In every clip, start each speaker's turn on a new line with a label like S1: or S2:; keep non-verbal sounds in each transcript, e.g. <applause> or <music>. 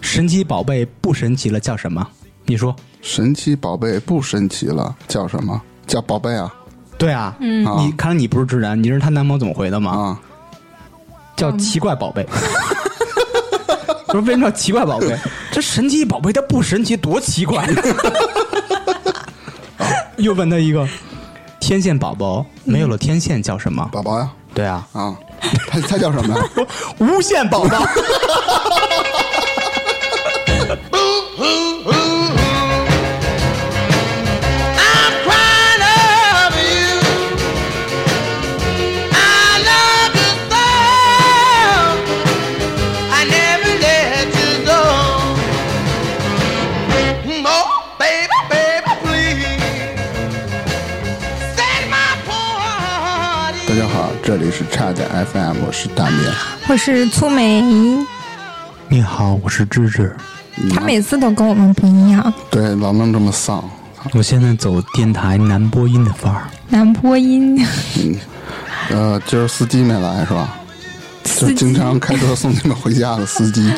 S1: 神奇宝贝不神奇了叫什么？你说？
S2: 神奇宝贝不神奇了，叫什么？叫宝贝啊
S1: 对啊，
S2: 啊
S1: 你看来你不是直男，你知道他男朋友怎么回的吗？
S2: 啊！
S1: 叫奇怪宝 <laughs> 贝。我说为什么叫奇怪宝贝？ <laughs> 这神奇宝贝它不神奇，多奇 <laughs> 怪！哦又问他一个，天线宝宝没有了天线叫什么？
S2: 宝宝呀
S1: 对啊，
S2: 啊， <laughs> 他他叫什么呀？
S1: 无限宝宝。
S3: I'm crying over you. I love you so. I never let you go. Oh, baby, baby, please set my poor heart
S2: 大家好，这里是差点 FM，我是大明。
S4: 我是粗
S1: <laughs>
S4: 梅，
S1: 嗯你好，我是芝芝，
S4: 她每次都跟我们不一样，
S2: 对，老弄这么丧，
S1: 我现在走电台男播音的范儿。
S4: 男播音， <laughs>
S2: 呃，今儿司机没来是吧？就
S4: 司机
S2: 经常开车送你们回家的 <laughs> 司机，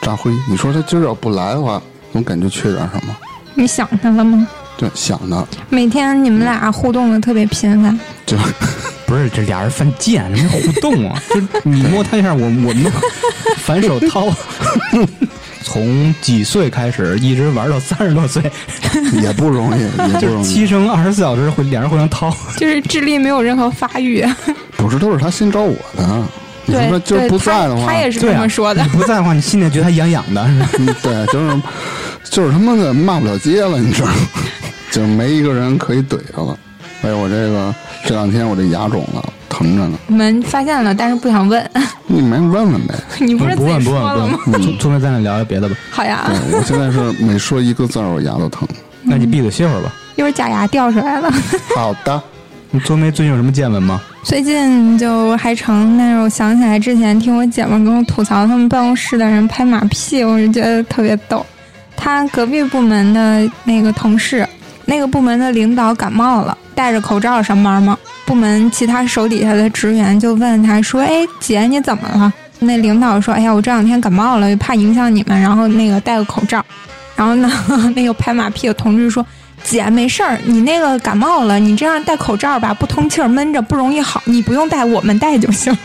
S2: 扎辉，你说他今儿要不来的话，总感觉缺点什么。
S4: 你想他了吗？
S2: 对，想的
S4: 每天你们俩互动的特别频繁，
S2: 就 <laughs>
S1: 不是，这俩人犯贱，人家互动 <laughs> 啊！就你摸他一下，我我摸，反手掏。 <laughs> 从几岁开始，一直玩到三十多岁，
S2: 也不容易，也不
S1: 就
S2: 容
S4: <laughs>
S1: 是
S2: 易。
S1: 七乘二十四小时会俩人互相掏。
S4: 就是智力没有任何发育。 <laughs>
S2: 不是，都是他先找我的。啊你
S4: 对
S2: 说他，今儿
S4: 对
S2: 不
S4: 她
S2: 在的话，
S4: 她也是
S1: 对
S4: 这
S1: 啊，
S4: 么说的。
S1: 你不在的话，你心里觉得他痒痒
S4: <laughs>
S1: 的，是吧？
S2: 嗯，对，就是就是他妈的骂不了街了，你知道吗？就没一个人可以怼他了。哎，我这个这两天我这牙肿了，疼着呢。
S4: 我们发现了，但是不想问。 <laughs>
S2: 你没问问呗？
S4: 你不是自
S1: 不问
S4: 己
S1: 不
S4: 说
S1: 问
S4: 了吗？
S1: 不问。聪聪哥，咱俩聊聊别的吧。
S4: 好呀
S2: 对，，哎我现在是每说一个字儿，我牙都疼。
S1: 那
S4: 嗯
S1: 你闭嘴歇会儿吧。
S4: 一会儿假牙掉出来了。
S2: <laughs> 好的，
S1: 你聪梅最近有什么见闻吗？
S4: 最近就还成，但是我想起来之前听我姐们跟我吐槽他们办公室的人拍马屁，我就觉得特别逗。她隔壁部门的那个同事，那个部门的领导感冒了，戴着口罩上班嘛。部门其他手底下的职员就问他说：“哎，姐你怎么了？”那领导说：“哎呀，我这两天感冒了，怕影响你们，然后那个戴个口罩。”然后呢， <laughs> 那个拍马屁的同事说：“姐，没事儿，你那个感冒了，你这样戴口罩吧，不通气儿，闷着不容易好，你不用戴，我们戴就行。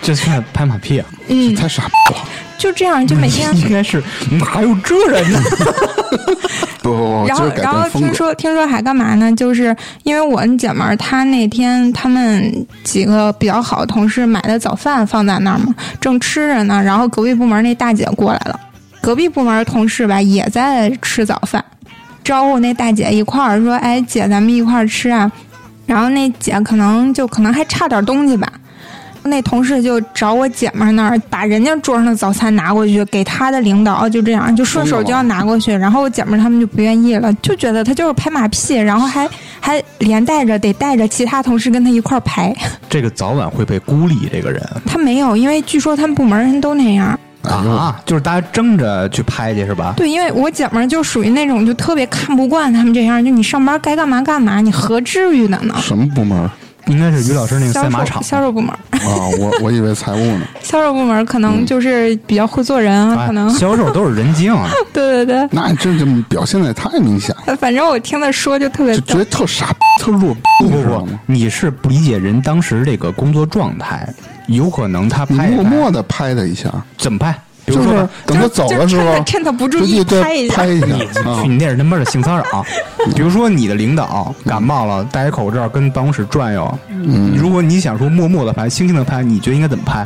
S1: 这算拍马屁啊？。
S4: 嗯，
S2: 太傻逼了！
S4: <laughs> 就这样，就每
S1: <laughs>
S4: 天
S1: 应该是，嗯还有这人呢？
S2: 不不不，我
S4: <laughs> 然
S2: 今儿，
S4: 后
S2: 哦改
S4: 然后
S2: 变风
S4: 听
S2: 格。
S4: 说听说还干嘛呢？就是因为我那姐们儿，她那天她们几个比较好的同事买的早饭放在那儿嘛，正吃着呢，然后隔壁部门那大姐过来了，隔壁部门的同事吧也在吃早饭，招呼那大姐一块儿说：“哎，姐，咱们一块儿吃啊。”然后那姐可能就可能还差点东西吧，那同事就找我姐们儿那儿把人家桌上的早餐拿过去给她的领导，哦就这样就顺手就要拿过去。然后我姐们儿他们就不愿意了，就觉得他就是拍马屁，然后还还连带着得带着其他同事跟他一块儿排。
S1: <laughs>
S4: <laughs>
S1: 这个早晚会被孤立，这个人
S4: 他没有，因为据说他们部门人都那样。
S2: 哎呦，
S1: 啊，就是大家争着去拍去是吧？
S4: 对，因为我姐们儿就属于那种就特别看不惯他们这样，就你上班该干嘛干嘛，你何至于的呢？
S2: 什么部门儿
S1: 应该是于老师那个
S4: 销
S1: 赛马
S4: 售
S1: 场。
S4: 销售部门儿，
S2: 啊？我我以为财务呢。
S4: 销售部门儿可能就是比较会做人，
S1: 嗯
S4: 啊
S1: 哎
S4: 可能
S1: 销售都是人精啊，
S4: <laughs> 对对对。呃
S2: 那这这表现的也太明显了，
S4: 反正我听他说就特别
S2: 就觉
S4: 逗，
S2: 得特傻逼，特 <laughs> 弱逼，
S1: 不
S2: 你
S1: 不
S2: 知道
S1: 不
S2: 吗？，
S1: 你是不理解人当时这个工作状态，有可能他
S2: 你
S1: 拍
S2: 默
S1: 一拍
S2: 默的拍他一下，
S1: 怎么拍？比
S2: 就
S1: 如
S2: 是
S1: 说吧，
S2: 等他走的时
S4: 就是趁
S2: 候
S4: 他，趁他不注
S2: 就
S4: 意
S2: 一对
S4: 拍一下
S2: 拍一下
S1: 你
S4: <laughs>
S2: 啊
S1: 去，你那是他妈的性骚
S2: <laughs>
S1: 扰。比如说你的领导感冒了，戴一口罩跟办公室转悠，
S2: 嗯
S1: 如果你想说默默的拍，轻轻的拍，你觉得应该怎么拍？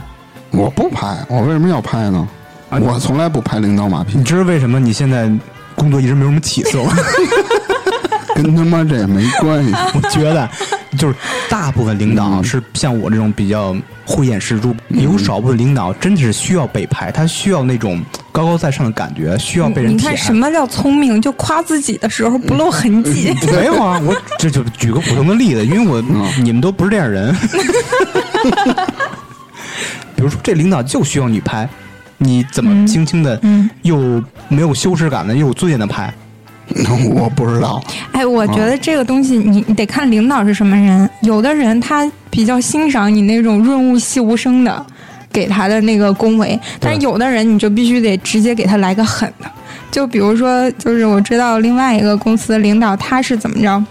S2: 我不拍，我为什么要拍呢？
S1: 啊
S2: 我从来不拍领导马屁
S4: <laughs>
S1: 你，知道为什么你现在工作一直没有什么起色吗？
S2: 跟他妈这也没关
S4: <laughs>
S2: 系。
S1: 我觉得就是大部分领导是像我这种比较慧眼识珠，有少部分领导真的是需要被拍，他需要那种高高在上的感觉，需要被人
S4: 你
S1: 舔
S4: 看。什么叫聪明？就夸自己的时候不露痕迹。
S1: 没有啊，我这就举个普通的例子，因为我、你们都不是这样人。 <laughs> 比如说，这领导就需要你拍，你怎
S4: 嗯
S1: 么轻轻的，又没有羞耻感的，又有尊严的拍？
S2: 我不知道，
S4: 哎，我觉得这个东西你你得看领导是什么人。有的人他比较欣赏你那种润物细无声的，给他的那个恭维，但是
S1: 对
S4: 有的人你就必须得直接给他来个狠的，就比如说，就是我知道另外一个公司的领导他是怎么着，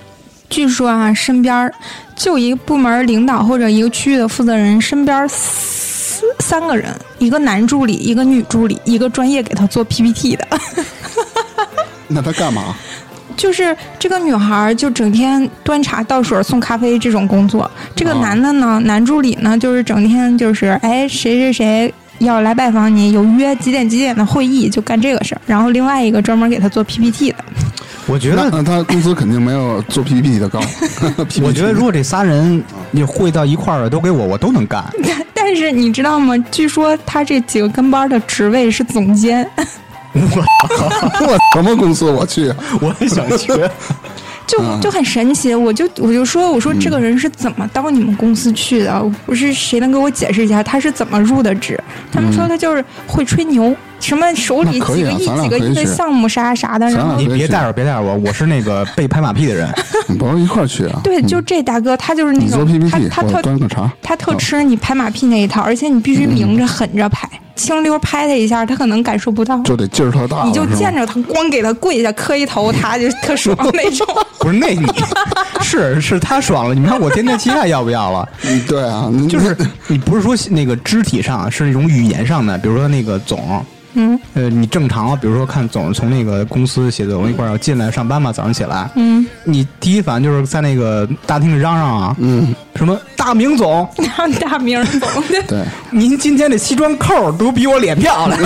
S4: 据说啊，身边儿就一个部门领导或者一个区域的负责人身边儿四三个人，一个男助理，一个女助理，一个专业给他做 PPT 的。
S2: 那他干嘛？
S4: 就是这个女孩儿就整天端茶倒水送咖啡这种工作，这个
S2: 哦
S4: 男的呢，男助理呢，就是整天就是哎谁谁谁要来拜访你，有约几点几点的会议，就干这个事儿。然后另外一个专门给他做 PPT 的， <laughs>
S1: 我觉
S2: 那
S1: 得，
S2: 那他工资肯定没有做 PPT
S4: <laughs>
S2: 的高。
S1: 我觉得如果这仨人也汇到一块儿了，都给我，我都能干。
S4: 但是你知道吗？据说他这几个跟班儿的职位是总监，
S2: 我 <laughs> 什么公司我去啊？
S1: 我也想 <laughs> 学，
S4: 就
S2: 嗯
S4: 就很神奇。我就我就说，我说这个人是怎么到你们公司去的？不是谁能给我解释一下他是怎么入的职？他们说他就是会吹牛，什么手里
S2: 嗯那可
S4: 几
S2: 以
S4: 个
S2: 啊
S4: 亿、
S2: 咱俩
S4: 几个
S2: 可以
S4: 亿的
S2: 去
S4: 项目啥啥的，
S2: 咱
S4: 然
S2: 俩
S4: 后
S1: 你别带着，别带着我，我是那个被拍马屁的人。
S2: 你不是一块儿去啊？
S4: 对，就这大哥他就是那
S2: 你做
S4: 种他
S2: PPT，
S4: 他
S2: 我
S4: 特
S2: 端个茶。
S4: 他特
S2: 好嗯
S4: 吃你拍马屁那一套，而且你必须明着狠着拍，轻溜拍他一下，他可能感受不到。
S2: 就得劲儿特大了，
S4: 你就是
S2: 吧
S4: 见着他，光给他跪下磕一头，他就特爽那
S2: <laughs>
S4: 种。
S1: 不是那你，是是他爽了，你看我天天期待要不要了？
S2: 嗯对啊，你
S1: 就是你不是说那个肢体上，是那种语言上的，比如说那个总，
S4: 嗯，
S1: 呃，你正常，比如说看总是从那个公司写作文一块儿要进来上班嘛，早上起来，
S4: 嗯，
S1: 你第一反应就是在那个大厅里嚷嚷啊，
S2: 嗯，
S1: 什么大明总，
S4: 然后大名儿懂的。
S2: 对，
S4: <laughs>
S1: 您今天这西装扣儿都比我脸漂亮。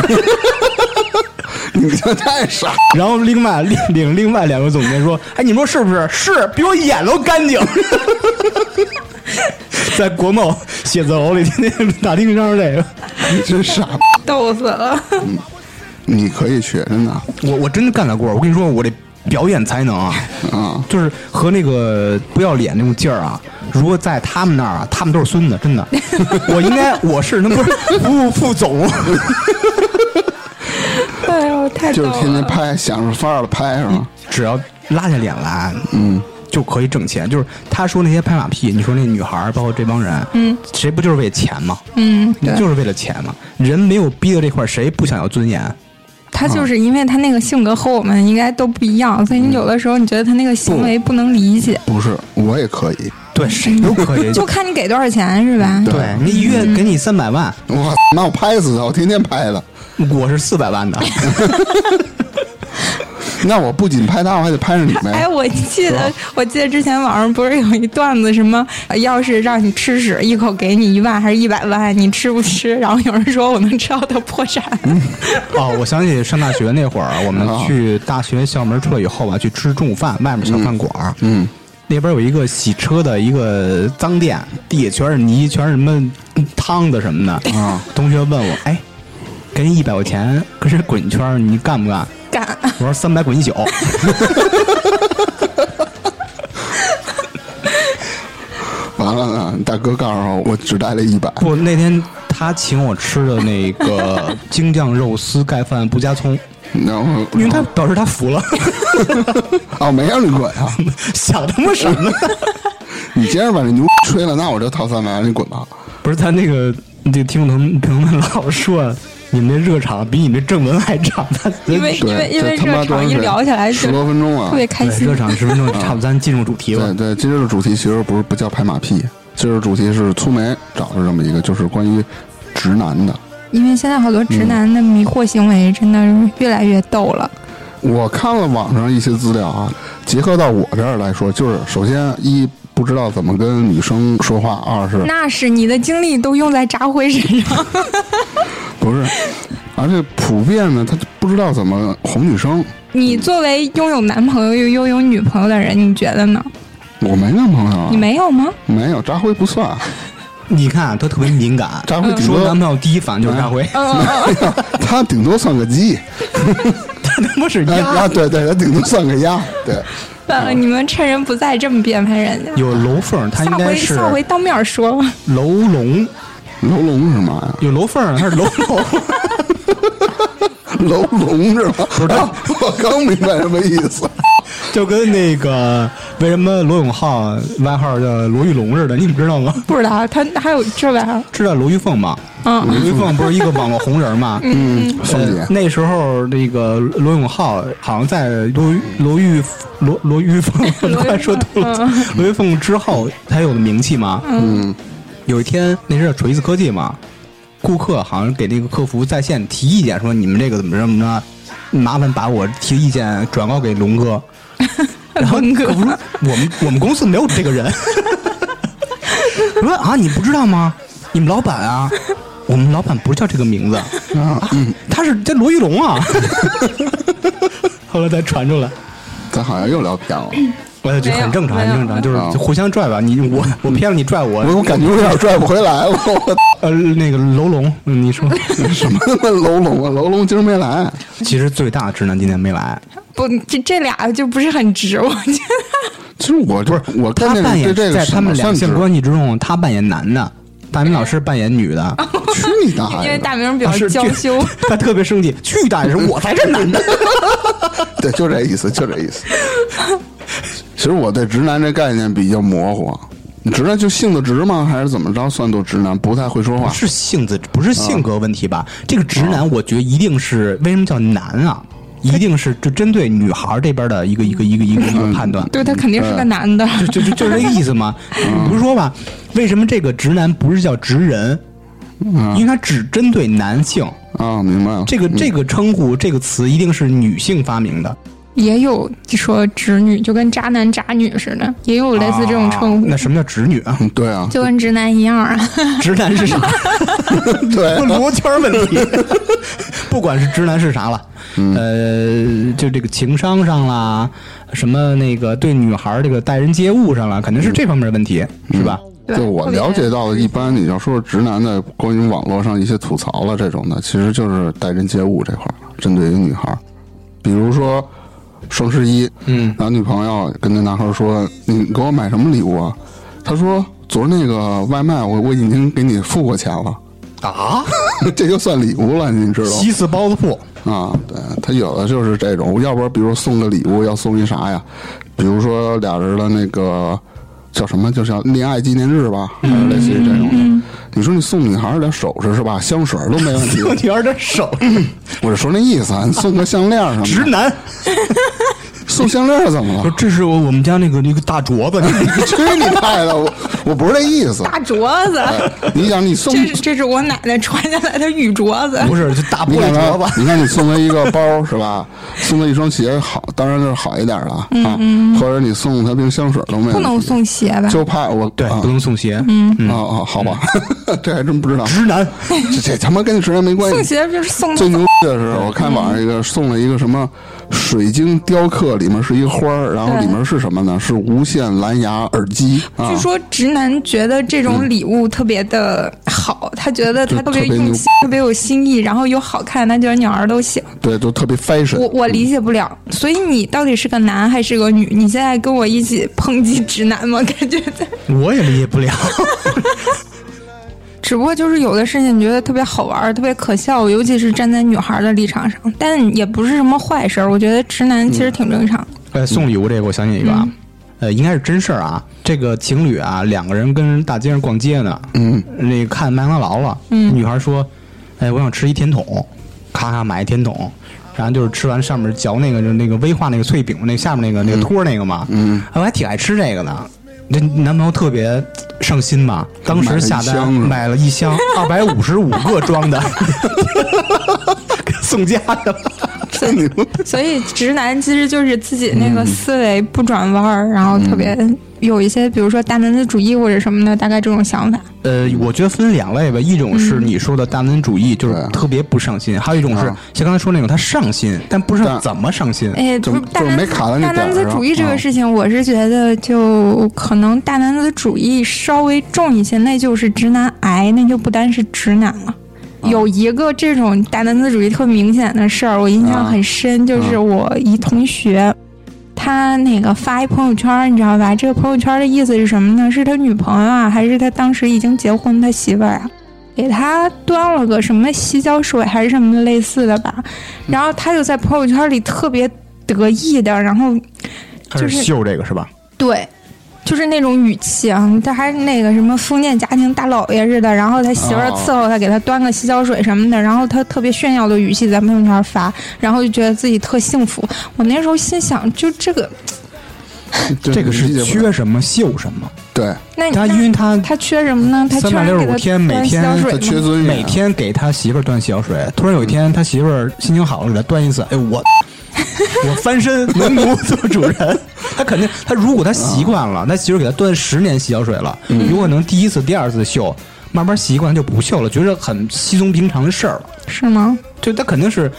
S2: 你这太傻。
S1: 然后另外另另另外两个总监说，哎，你们说是不是？是，比我眼都干净。 <laughs> 在国贸写字楼里天天打听嚷嚷这个，
S2: 你真傻，
S4: 逗死了！
S2: 你可以去，真的
S1: 我我真的干得过。我跟你说，我这表演才能 <laughs> 啊。
S2: 啊！
S1: 就是和那个不要脸那种劲儿啊，如果在他们那儿啊，他们都是孙子，真的。我应该我是 <laughs> 那不是副副总，
S4: 哎呦，太
S2: 就
S4: 逗
S2: 是天天
S4: 了！
S2: 拍，想着法儿的拍是吗？
S1: 只要拉下脸来，嗯，就可以挣钱。就是他说那些拍马屁，你说那女孩儿，包括这帮人，嗯，谁不就是为钱吗？
S4: 嗯，
S1: 你就是为了钱嘛。人没有逼到这块儿，谁不想要尊严？啊
S4: 他就是因为他那个性格和我们应该都不一样，所以
S1: 嗯
S4: 你有的时候你觉得他那个行为不能理解，
S2: 不是，我也可以。
S1: 对，谁都可 <laughs> 以。嗯
S4: 就看你给多少钱是吧？
S1: 对你一月给你三百万，
S2: 我那我拍死他，我天天拍他。
S1: 我是四百 <laughs> 万的。
S2: <laughs> 那我不仅拍他，我还得拍上你
S4: 哎，
S2: 呗。
S4: 我记得，我记得之前网上不是有一段子，什么呃要是让你吃屎，一口给你一万还是一百万，你吃不吃？然后有人说我能吃到他破产，
S1: 哦，我想起上大学那会儿，我们
S2: 啊
S1: 去大学校门出来以后吧，去吃中午饭，外面小饭馆儿，
S2: 嗯，
S1: 那边有一个洗车的一个脏店，地下全是泥，全是什么汤的什么的。
S2: 啊，
S1: 同学问我，哎，给你一百块钱，跟这滚一圈儿，你干不干？
S4: 干
S1: 我说三百滚一宿。
S2: 完了呢，大哥告诉我，我只带了一百。
S1: 不，那天他请我吃的那个京酱肉丝盖饭不加葱，
S2: 然后
S1: 因为他表示他服了， <laughs>
S2: 哦，没让你滚啊！
S1: 想他妈什么呢？
S2: 你今儿把这牛吹了，那我就掏三百，让你滚吧。
S1: 不是咱那个这听众朋友们老说，你们这热场比你们这正文还长，咱
S4: 因为因为
S2: 对，
S4: 因为
S2: 这他妈多
S4: 热场
S2: 长
S4: 一
S2: 时间
S4: 聊下来就
S2: 十多分钟啊，
S4: 特别开
S1: 对
S4: 心
S1: 热。场十分钟，差不多咱进入主题
S2: <laughs>
S1: 吧
S2: 对。对，今儿的主题其实不是不叫拍马屁，今儿的主题是粗眉找了这么一个，就是关于直男的。
S4: 因为现在好多直男的迷惑行为真的是越来越逗了。
S2: 我看了网上一些资料啊，结合到我这儿来说，就是首先一不知道怎么跟女生说话，二
S1: 嗯
S2: 是
S4: 那是你的精力都用在扎辉身上，
S2: 不是，而且普遍呢，他就不知道怎么哄女生。
S4: 你作为拥有男朋友又拥有女朋友的人，你觉得呢？
S2: 我没男朋友啊
S4: 你，没有吗？
S2: 没有，扎辉不算，
S1: 你看他特别敏
S2: <laughs>
S1: 感，
S2: 扎
S4: 嗯
S2: 辉顶
S1: 说男
S2: 多哎
S1: 朋友第一反应就是扎辉，
S2: 他顶多算个鸡，
S1: <laughs> 他他妈是
S2: 哎啊，
S1: 鸭，
S2: 对对，他顶多算个鸭，对，
S4: 算呃了，你们趁人不在这么编排人家。
S1: 啊有楼缝，他应
S4: 下
S1: 该
S4: 回
S1: 是
S4: 下回当面说吧。
S1: 楼龙，
S2: 楼龙是嘛呀？
S1: 有楼缝，他是楼 <laughs> 龙。
S2: 楼龙是吧？不
S1: 是他
S2: 我刚明白什么意思。
S1: 就跟那个为什么罗永浩外号叫罗玉龙似的，你们知道吗？
S4: 啊不知道他还有这玩意儿，嗯
S1: 知道罗玉凤吗？吴玉凤不是一个网络红人嘛？
S2: 嗯，凤姐
S1: 呃，那时候那个罗永浩好像在罗罗玉罗罗玉凤，
S4: 罗玉凤
S1: 乱说吐了罗玉凤之后才有的名气嘛。
S2: 嗯
S1: 有一天那是锤子科技嘛，顾客好像给那个客服在线提意见，说你们这个怎么着怎么着，麻烦把我提的意见转告给龙哥。然后
S4: 龙哥
S1: 客服说我
S2: <laughs>
S1: 们我们公司没有这个人。我说啊，你不知道吗？你们老板啊，我们老板不叫这个名字。
S2: 啊，
S1: 他是这罗玉龙
S2: <laughs>
S1: 啊，后来才传出来，
S2: 咱好像又聊偏了，
S4: 嗯
S1: 我就很正常，
S4: 没
S1: 很
S4: 有
S1: 正常，
S4: 没有
S1: 就是就互相拽吧，你我我偏了你拽我，
S2: 哦嗯我我感觉有点拽不回来了。我
S1: 呃那个楼龙，嗯你
S2: <laughs>
S1: 说，
S2: 什么他妈楼龙啊，楼龙今儿没来，
S1: 其实最大的直男今天没来，
S4: 不，这这俩就不是很值，我觉得。
S2: 其实我不是我
S1: 他
S2: 看这
S1: 扮
S2: 对
S1: 演
S2: 这个
S1: 在
S2: 是
S1: 他们两
S2: 算
S1: 性
S2: 是
S1: 关系之中，他扮演男的，大明老师扮演女
S4: 哦
S1: 的，
S2: 去你大
S4: 因为
S2: 爷的！
S4: 大明比较
S1: 啊是
S4: 娇
S1: 去
S4: 羞，
S1: <laughs> 他特别生气，去大爷是我才是
S4: <laughs>
S1: 男的，
S2: <laughs> 对，就这意思，就这意思。其实我对直男这概念比较模糊，你直男就性子直吗？还是怎么着算作直男？不太会说话。
S1: 是性子不是性格问题吧？这个直男，我觉得一定是为什么叫男啊？一定是就针对女孩这边的一个一个一个一个一个判断，
S4: 对他肯定是个男的。
S1: 就就就就是这个意思
S4: <laughs>
S1: 嘛。
S4: 嗯
S1: 比如说吧，为什么这个直男不是叫直人？
S4: 嗯
S1: 因为他只针对男性，
S2: 啊，明白了。
S1: 这个这个称呼这个词一定是女性发明的，
S4: 也有说直女，就跟渣男渣女似的，也有类似这种称
S1: 啊
S4: 呼，
S1: 那什么叫直女啊？
S2: 嗯对啊，
S4: 就跟直男一样啊。
S1: <laughs> 直男是啥？
S2: <laughs> 对
S1: <laughs>
S2: 啊，
S1: 罗圈儿问题，不管是直男是啥了，
S2: 嗯
S1: 呃，就这个情商上啦，什么那个对女孩儿这个待人接物上啦，肯
S2: 嗯
S1: 定是这方面的问题，是吧？
S4: 对
S2: 就我了解到的，一般你要说是直男的关于网络上一些吐槽了这种的，其实就是待人接物这块儿，针对于女孩儿，比如说双十一，
S1: 嗯，
S2: 然后女朋友跟那男孩儿说：“你给我买什么礼物啊？”他说：“昨儿那个外卖我我已经给你付过钱了，
S1: 啊，
S2: <laughs> 这就算礼物了，你知道吗？”
S1: <laughs> 西四包子铺，
S2: 啊，对，他有的就是这种，要不然比如送个礼物，要送一啥呀？比如说俩人的那个叫什么，就像恋爱纪念日吧，
S4: 嗯
S2: 还是类似于这种的。
S1: <laughs>
S2: 你说你送女孩儿点首饰是吧？香水儿都没问
S4: <laughs>
S2: 题。
S1: 女孩的手，
S2: 嗯我是说那意思啊，你送个项链儿什
S1: 直
S2: 么的，
S1: 男。
S2: 送项链儿怎么
S1: 说
S4: <laughs>
S2: 了？
S1: 这是我我们家那个那个大镯子， <laughs>
S2: 你去你太的！我我不是这意思。
S4: 大镯子，
S2: 你想你送
S4: <laughs> 这是这是我奶奶传下来的玉镯子。
S1: 不是就大玻
S2: 你
S1: 璃
S2: 看啊
S1: 镯子
S2: 他，，你看你送他一个包是吧？送他一双鞋好，当然就是好一点儿了啊。或者你送他瓶香水都没问题。
S4: 嗯不能送鞋吧？
S2: 就怕我
S1: 对，嗯
S2: 啊
S1: 不能送鞋，
S2: 啊啊，好吧， <laughs> 这还真不知
S4: <laughs>
S2: 道，
S1: 直男。
S2: 这这他妈跟时间没关
S4: 送
S2: 系。
S4: 鞋不就是送
S2: 最牛逼的是，我看网上一个送了一个什么水晶雕刻，里面是一个花儿，然后里面是什么呢？是无线蓝牙耳机啊
S4: 嗯据，说直男觉得这种礼物特别的好，他觉得他
S2: 就
S4: 特别
S2: 特别
S4: 用
S2: 牛
S4: 心，特别有新意，然后又好看，他觉得女孩儿都喜欢。
S2: 对，就特别 fashion
S4: 我。 <laughs> 我理解不了，所以你到底是个男还是个女？你现在跟我一起抨击直男吗？感觉在，
S1: 我也理解不了，
S4: <laughs> 只不过就是有的事情你觉得特别好玩儿，特别可笑，尤其是站在女孩儿的立场上，但也不是什么坏事儿。我觉得直男其实挺正常的。
S1: 呃，送礼物这个我想起一个啊，呃，应该是真事儿啊。这个情侣啊，两个人跟大街上逛街呢，嗯，那个看麦当劳了，嗯，女孩说，哎，我想吃一甜筒，咔咔买一甜筒。然后就是吃完上面嚼那个就那个威化那个脆饼，那下面那个那个托儿那个嘛，嗯，我还挺爱吃这个的。这男朋友特别上心嘛，当时下单买
S2: 买
S1: 了一箱啊二百五十五个装 <laughs> 的，给送家去了。
S4: 所以，所以直男其实就是自己那个思维不转弯儿，然后特别有一些，比如说大男子主义或者什么的，大概这种想法。
S1: 呃，我觉得分两类吧，一种是你说的大男子主义，就是
S2: 对
S1: 特别不上心；，还有一种是
S2: 啊
S1: 像刚才说那种，他上心，但不知道
S2: 但
S1: 怎么上心。
S4: 哎，
S2: 怎
S4: 不
S2: 么
S4: 是大男
S2: 就是没
S4: 子
S2: 卡到那
S4: 大
S2: 点
S4: 男
S2: 儿
S4: 子
S2: 上
S4: 主义这个
S2: 啊
S4: 事情，我是觉得就可能大男子主义稍微重一些，那就是直男癌，那就不单是直男了。
S2: 嗯
S4: 有一个这种大男子主义特明显的事儿，我印象
S2: 啊
S4: 很深，就是我一同学，他那个发一朋友圈儿，你知道吧？这个朋友圈儿的意思是什么呢？是他女朋友啊，还是他当时已经结婚他媳妇儿啊？给他端了个什么洗脚水还是什么类似的吧，然后他就在朋友圈里特别得意的，然后
S1: 开始
S4: 就
S2: <laughs>
S4: 是
S1: 秀这个是吧？
S4: 对，就是那种语气啊，他还那个什么封建家庭大老爷似的，然后他媳妇儿
S2: 哦
S4: 伺候他，给他端个洗脚水什么的，然后他特别炫耀的语气在朋友圈发，然后就觉得自己特幸福。我那时候心想，就这个，
S1: 这个
S2: 理解
S1: 是
S2: 不
S1: 缺
S2: 了
S1: 什么秀什么，
S2: 对，
S4: 那你
S1: 他因为他
S4: 他缺什么呢？他缺人给他
S1: 365天每
S4: 端洗
S1: 天
S4: 脚水
S2: 他
S4: 吗
S2: 缺尊严，
S1: 每天给他媳妇儿端洗脚水，突然有一天他媳妇儿心情好了，给他端一次，哎我。我翻身能不做主人，他肯定他如果他习惯了，他媳妇儿给他端十年洗脚水了，
S2: 嗯
S1: 有可能第一次、第二次秀，慢慢习惯就不秀了，觉得很稀松平常的事儿了。
S4: 是吗？
S1: 就他肯定是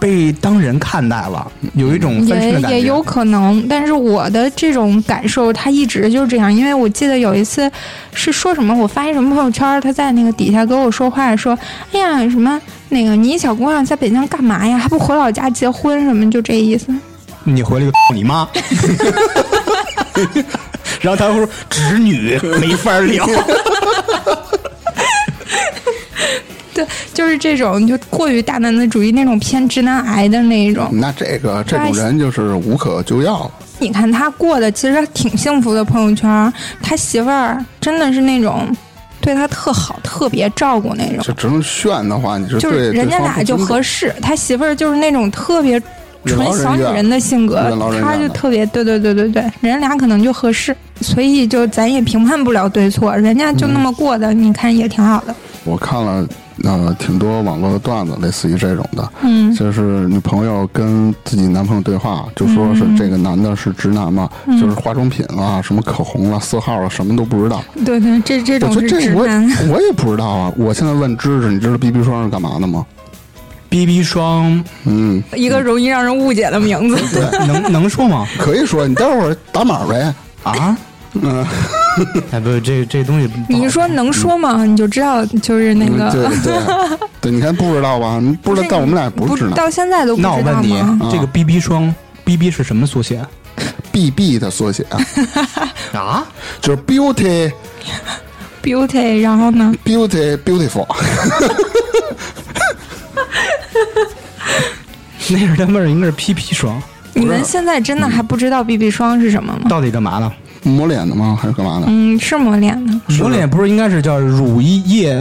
S1: 被当人看待了，有一种嗯翻身
S4: 也
S1: 的感觉。
S4: 也有可能，但是我的这种感受，他一直就是这样。因为我记得有一次是说什么，我发一什么朋友圈，他在那个底下跟我说话，说：“哎呀，什么那个你一小姑娘在北京干嘛呀？还不回老家结婚什么？就这意
S1: 嗯
S4: 思。
S1: 你回了一个 <laughs> 你妈，然后他会说侄女没法 <laughs> 聊。
S4: 对，就是这种就过于大男子主义那种偏直男癌的那一种。
S2: 那这个这
S4: 哎
S2: 种人就是无可救药了。
S4: 你看他过的其实挺幸福的朋友圈，他媳妇儿真的是那种对他特好、特别照顾那种。
S2: 这只能炫的话，你是
S4: 就
S2: 对
S4: 是人
S2: 对
S4: 家
S2: 方
S4: 俩
S2: 不
S4: 就
S2: 尊重
S4: 合适，他媳妇儿就是那种特别纯小女人的性格
S2: 任劳任，怨
S4: 他就特别对对对对对，人俩可能就合适，所以就咱也评判不了对错，人家就
S2: 嗯
S4: 那么过的，你看也挺好的，
S2: 我看了呃挺多网络的段子，类似于这种的，
S4: 嗯
S2: 就是女朋友跟自己男朋友对话，就说是这个男的是直男嘛，
S4: 嗯
S2: 就是化妆品啊、什么口红啊、色号啊，什么都不知道。
S4: 对对，这这
S2: 我
S4: 种
S2: 觉得
S4: 是
S2: 这
S4: 直
S2: 我也
S4: 男，
S2: <laughs> 我也不知道啊。我现在问芝芝，你知道 BB 霜是干嘛的吗？
S1: BB 霜，
S2: 嗯，
S4: 一个容易让人误解的名字。
S1: 对，能能说吗？
S2: 可以说你待会儿打码呗。
S1: 啊？
S2: 嗯，
S1: 哎，不，这这东西不好，
S4: <laughs> 你一说能说吗？你就知道就是那
S2: 嗯
S4: <laughs> 个，
S2: 对对对，你看不知道吧？你不知道，但我们俩不
S4: 不
S2: 是直男。
S4: 到现在都不
S1: 那我
S4: 知道
S1: 问你
S4: 吗？，
S1: 这个 BB 霜，BB 是什么缩写
S2: BB 的缩写
S4: <laughs>
S2: 啊
S1: 啊？
S2: 就是 beauty
S4: beauty，然后呢？
S2: beauty beautiful，
S1: 那是他妈应该是 PP 霜，
S4: 你们现在真的
S2: 嗯
S4: 还不知道 BB 霜是什么吗？
S1: 到底干嘛呢？
S2: 抹脸的吗？还是干嘛的？
S4: 嗯，是抹脸的。
S1: 我脸不是应该是叫乳液？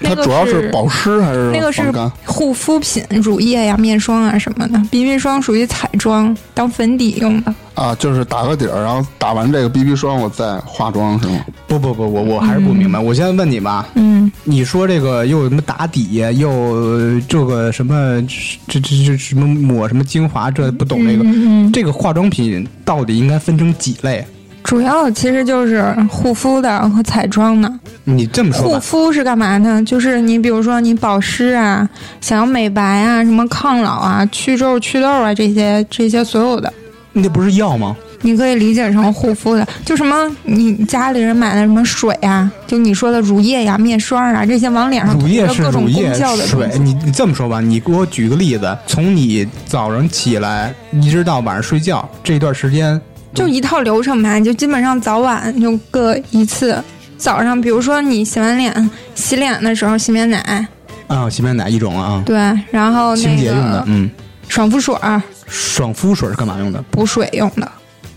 S4: 那
S2: 它
S4: 个
S2: 主要是
S4: 是
S2: 保湿还是
S4: 那个是
S2: 防干？
S4: 护肤品、乳液呀、面霜啊什么的。BB 霜属于彩妆，当粉底用的。
S2: 啊，就是打个底儿，然后打完这个 BB 霜，我再化妆是吗？ <laughs>
S1: 不不不，我我还是不明白。我现在问你吧，
S4: 嗯，
S1: 你说这个又什么打底，又呃这个什么这这这什么抹什么精华，这不懂这个。
S4: 嗯嗯
S1: 这个化妆品到底应该分成几类？
S4: 主要其实就是护肤的和彩妆的。
S1: 你这么说
S4: 护
S1: 吧，
S4: 肤是干嘛呢？就是你比如说你保湿啊，想要美白啊，什么抗老啊、祛皱、祛痘啊这些这些所有的。
S1: 那不是药吗？
S4: 你可以理解成护肤的，就什么你家里人买的什么水啊，就你说的乳液呀、面霜啊这些往脸上
S1: 乳
S4: 涂
S1: 液
S4: 的
S1: 是
S4: 各种
S1: 乳液
S4: 功效的东
S1: 水
S4: 西，
S1: 你你这么说吧，你给我举个例子，从你早上起来一直到晚上睡觉这段时间，
S4: 就
S1: 嗯
S4: 一套流程吧，你就基本上早晚就各一次。早上，比如说你洗完脸，洗脸的时候洗面奶，
S1: 啊，洗面奶一种啊，
S4: 对，然后
S1: 清
S4: 那
S1: 洁用的，
S4: 个
S1: 嗯，
S4: 爽肤水儿
S1: 爽肤水是干嘛用的？
S4: 补水用的，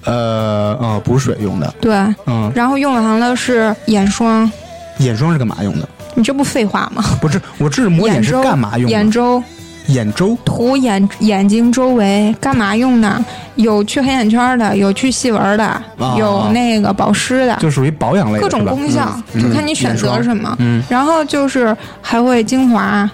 S1: 呃，啊，补水用的，
S4: 对，
S1: 嗯，
S4: 然后用完了是眼霜，
S1: 眼霜是干嘛用的？
S4: 你这不废话吗？
S1: 不是，我知道抹脸是
S4: 周
S1: 干嘛用
S4: 眼
S1: 的？
S4: 周
S1: 眼周
S4: 涂眼眼睛周围干嘛用的？有去黑眼圈的，有去细纹的，有那个保湿的，
S1: 哦就属于保养类的，
S4: 各种
S1: 是吧
S4: 功效，就看你选择什么。
S1: 嗯，
S4: 然后就是还会精华，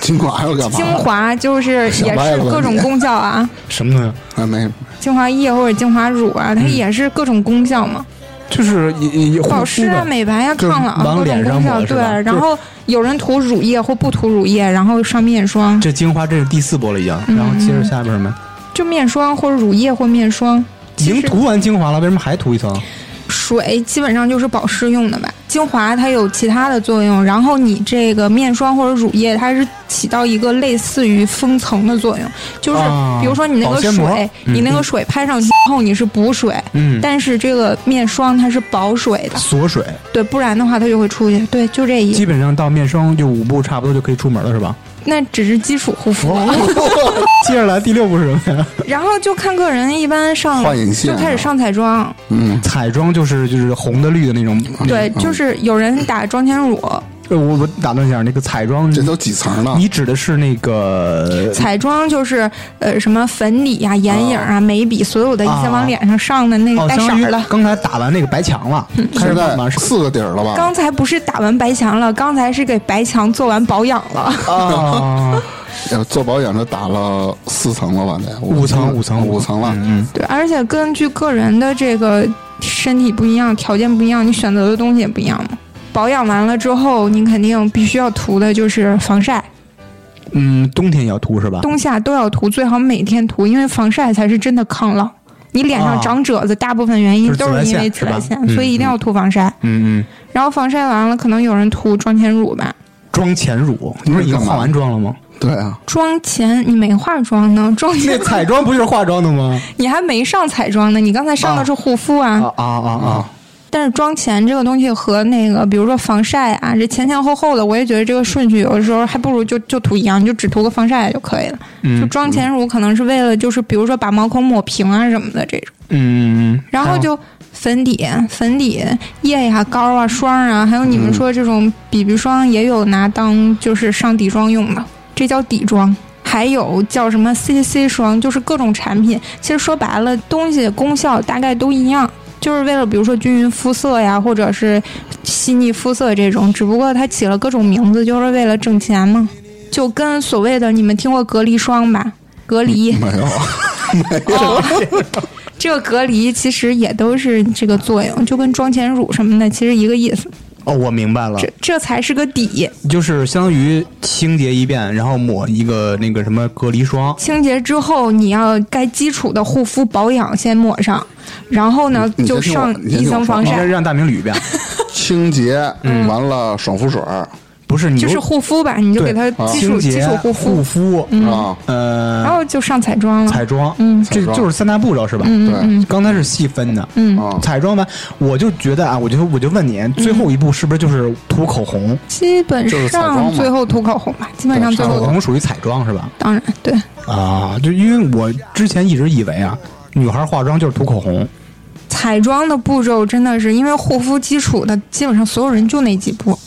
S2: 精华要干嘛？
S4: 精
S1: <laughs>
S4: 华就是也
S2: 小白
S4: 是
S2: 了
S4: 各种
S2: 你
S4: 功效啊，
S1: 嗯什么东西？
S2: 啊没，
S4: 精华液或者精华乳啊，它也是各种功效嘛，
S1: 就是也也
S4: 保湿啊、美白啊、
S1: 就是
S4: 抗老啊，
S1: 往
S4: 各种
S1: 脸上
S4: 功效。
S1: 抹是
S4: 对
S1: 吧，就是
S4: 然后有人涂乳液或不涂乳液，然后上面霜，
S1: 这精华这是第四波了已经，
S4: 嗯
S1: 然后接着下边什么？
S4: 就面霜或者乳液或面霜。
S1: 已
S4: 嗯其
S1: 经
S4: 实
S1: 涂完精华了，为什么还涂一层？
S4: 水基本上就是保湿用的吧，精华它有其他的作用，然后你这个面霜或者乳液，它是起到一个类似于封层的作用，就是
S1: 啊
S4: 比如说你那
S1: 保
S4: 个
S1: 鲜膜
S4: 水，
S1: 嗯
S4: 你那个水拍上去之后你是补水，
S1: 嗯，
S4: 但是这个面霜它是保水的，
S1: 锁水，
S4: 对，不然的话它就会出去。对，就这意思。
S1: 基本上到面霜就五步差不多就可以出门了，是吧？
S4: 那只是基础护肤。
S1: 哦
S4: <laughs>
S1: 接着来第六步是什么呀？
S4: 然后就看个人，一般上
S2: 换眼
S1: 啊
S2: 线
S4: 就开始上彩妆，
S2: 嗯，
S1: 彩妆就是就是红的绿的那种。
S4: 对，
S1: 嗯
S4: 就是有人打妆前乳，
S1: 呃我我打断一下，那个彩妆，
S2: 这都几层呢？
S1: 你指的是那个
S4: 彩妆就是呃什么粉底呀、眼影啊、眉笔，所有的一些
S1: 哦啊
S4: 往脸上上的那个
S1: 哦，
S4: 带
S1: 相
S4: 色
S1: 当于
S4: 儿的。嗯
S1: 刚才打完那个白墙了，开始
S2: 现
S1: 慢
S2: 在
S1: 慢
S2: 四个底儿了吧？
S4: 刚才不是打完白墙了，刚才是给白墙做完保养了。
S1: 啊，
S2: 呃做保养这打了四层了吧？得
S1: 五层五层
S2: 五层了。
S1: 嗯，
S4: 对，而且根据个人的这个身体不一样，条件不一样，你选择的东西也不一样嘛。保养完了之后，你肯定必须要涂的就是防晒，
S1: 啊嗯嗯，冬天也要涂是吧？
S4: 冬夏都要涂，最好每天涂，因为防晒才是真的抗老。你脸上
S1: 啊
S4: 长褶子，大部分原因
S1: 就是
S4: 都是因为
S1: 紫
S4: 紫
S1: 外
S4: 外
S1: 线
S4: 线，
S1: 是吧
S4: 所以一定要涂防晒。
S1: 嗯嗯，
S4: 然后防晒完了，可能有人涂妆前乳吧。
S1: 妆前乳，你不是已经化完妆了吗？
S2: 对啊，
S4: 妆前你没化妆呢，妆
S1: <laughs> 那
S4: 前
S1: 彩妆不就是化妆的吗？
S4: 你还没上彩妆呢，你刚才上的是护肤啊。
S1: 啊啊啊！
S4: 但是妆前这个东西和那个，比如说防晒啊，这前前后后的，我也觉得这个顺序有的时候还不如就就涂一样，你就只涂个防晒就可以了。
S1: 嗯
S4: 就妆前乳可能是为了就是比如说把毛孔抹平啊什么的这种，
S1: 嗯，
S4: 然后就粉底、粉底液呀、膏啊、霜啊，还有你们说这种 BB 霜也有拿当就是上底妆用的，这叫底妆。还有叫什么 CC 霜，就是各种产品。其实说白了，东西功效大概都一样，就是为了比如说均匀肤色呀，或者是细腻肤色这种。只不过它起了各种名字，就是为了挣钱嘛。就跟所谓的你们听过隔离霜吧，隔离，
S2: 没有，
S4: 这个隔离其实也都是这个作用，就跟妆前乳什么的其实一个意思，
S1: 哦，我明白了，
S4: 这这才是个底。
S1: 就是相当于清洁一遍，然后抹一个那个什么隔离霜。
S4: 清洁之后，你要该基础的护肤保养先抹上，然后呢
S2: 你你
S4: 就
S2: 先听我
S4: 上
S2: 你先
S4: 一
S2: 听我
S4: 层
S2: 说
S4: 防
S1: 你先
S4: 晒，
S1: 让大明
S4: <laughs>
S1: 捋一遍，
S2: 清洁，完了爽肤水儿
S1: 不是你
S4: 就是护肤吧，你就给它
S1: 对
S4: 基
S1: 清
S4: 础
S1: 洁
S4: 基础护
S1: 护
S4: 肤，嗯
S1: 肤，
S2: 啊，
S4: 然
S1: 呃，
S4: 后嗯就上彩妆了。
S1: 彩妆，嗯，这
S2: 彩妆
S1: 就是三大步骤是吧？
S2: 对
S1: 刚才是细分的，
S4: 嗯
S2: 啊，
S1: 彩妆完，我就觉得啊，我就我就问你，最后一步是不是就是涂口红？
S4: 基本
S2: 就是彩妆嘛
S4: 上最后涂口红吧，基本上最
S1: 口
S4: 后
S1: 红属于彩妆是吧？
S4: 当然对，
S1: 哦啊，就因为我之前一直以为啊，女孩化妆就是涂口红，
S4: 彩妆的步骤真的是因为护肤基础的，基本上所有人就那几步，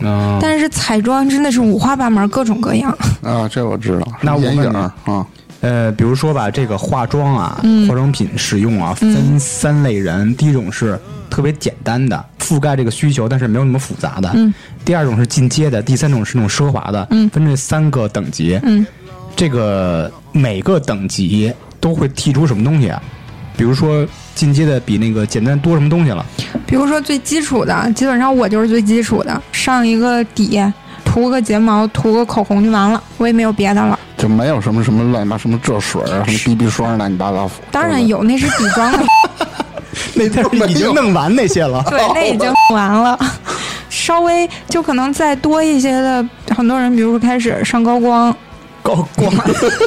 S1: 嗯，
S4: 但是彩妆真的是五花八门，各种各样。
S2: 啊，这我知道。
S1: 那我问
S2: 眼影
S1: 你
S2: 儿啊，
S1: 呃，比如说吧，这个化妆啊，化妆品使用啊，分三类人。第一种是特别简单的，覆盖这个需求，但是没有那么复杂的。第二种是进阶的，第三种是那种奢华的。分这三个等级。这个每个等级都会剔出什么东西啊？比如说进阶的比那个简单多什么东西了？
S4: 比如说最基础的，基本上我就是最基础的，上一个底，涂个睫毛，涂个口红就完了，我也没有别的了。
S2: 就没有什么什么乱七八什么这水儿啊，什么 BB 霜儿乱七八糟。
S4: 当然有，那是底妆
S2: <laughs>
S4: 的，
S1: 那 <laughs> 但是已经弄完那些了。
S4: 对，那已经完了。稍微就可能再多一些的，很多人比如说开始上高光，
S1: 高光， <laughs>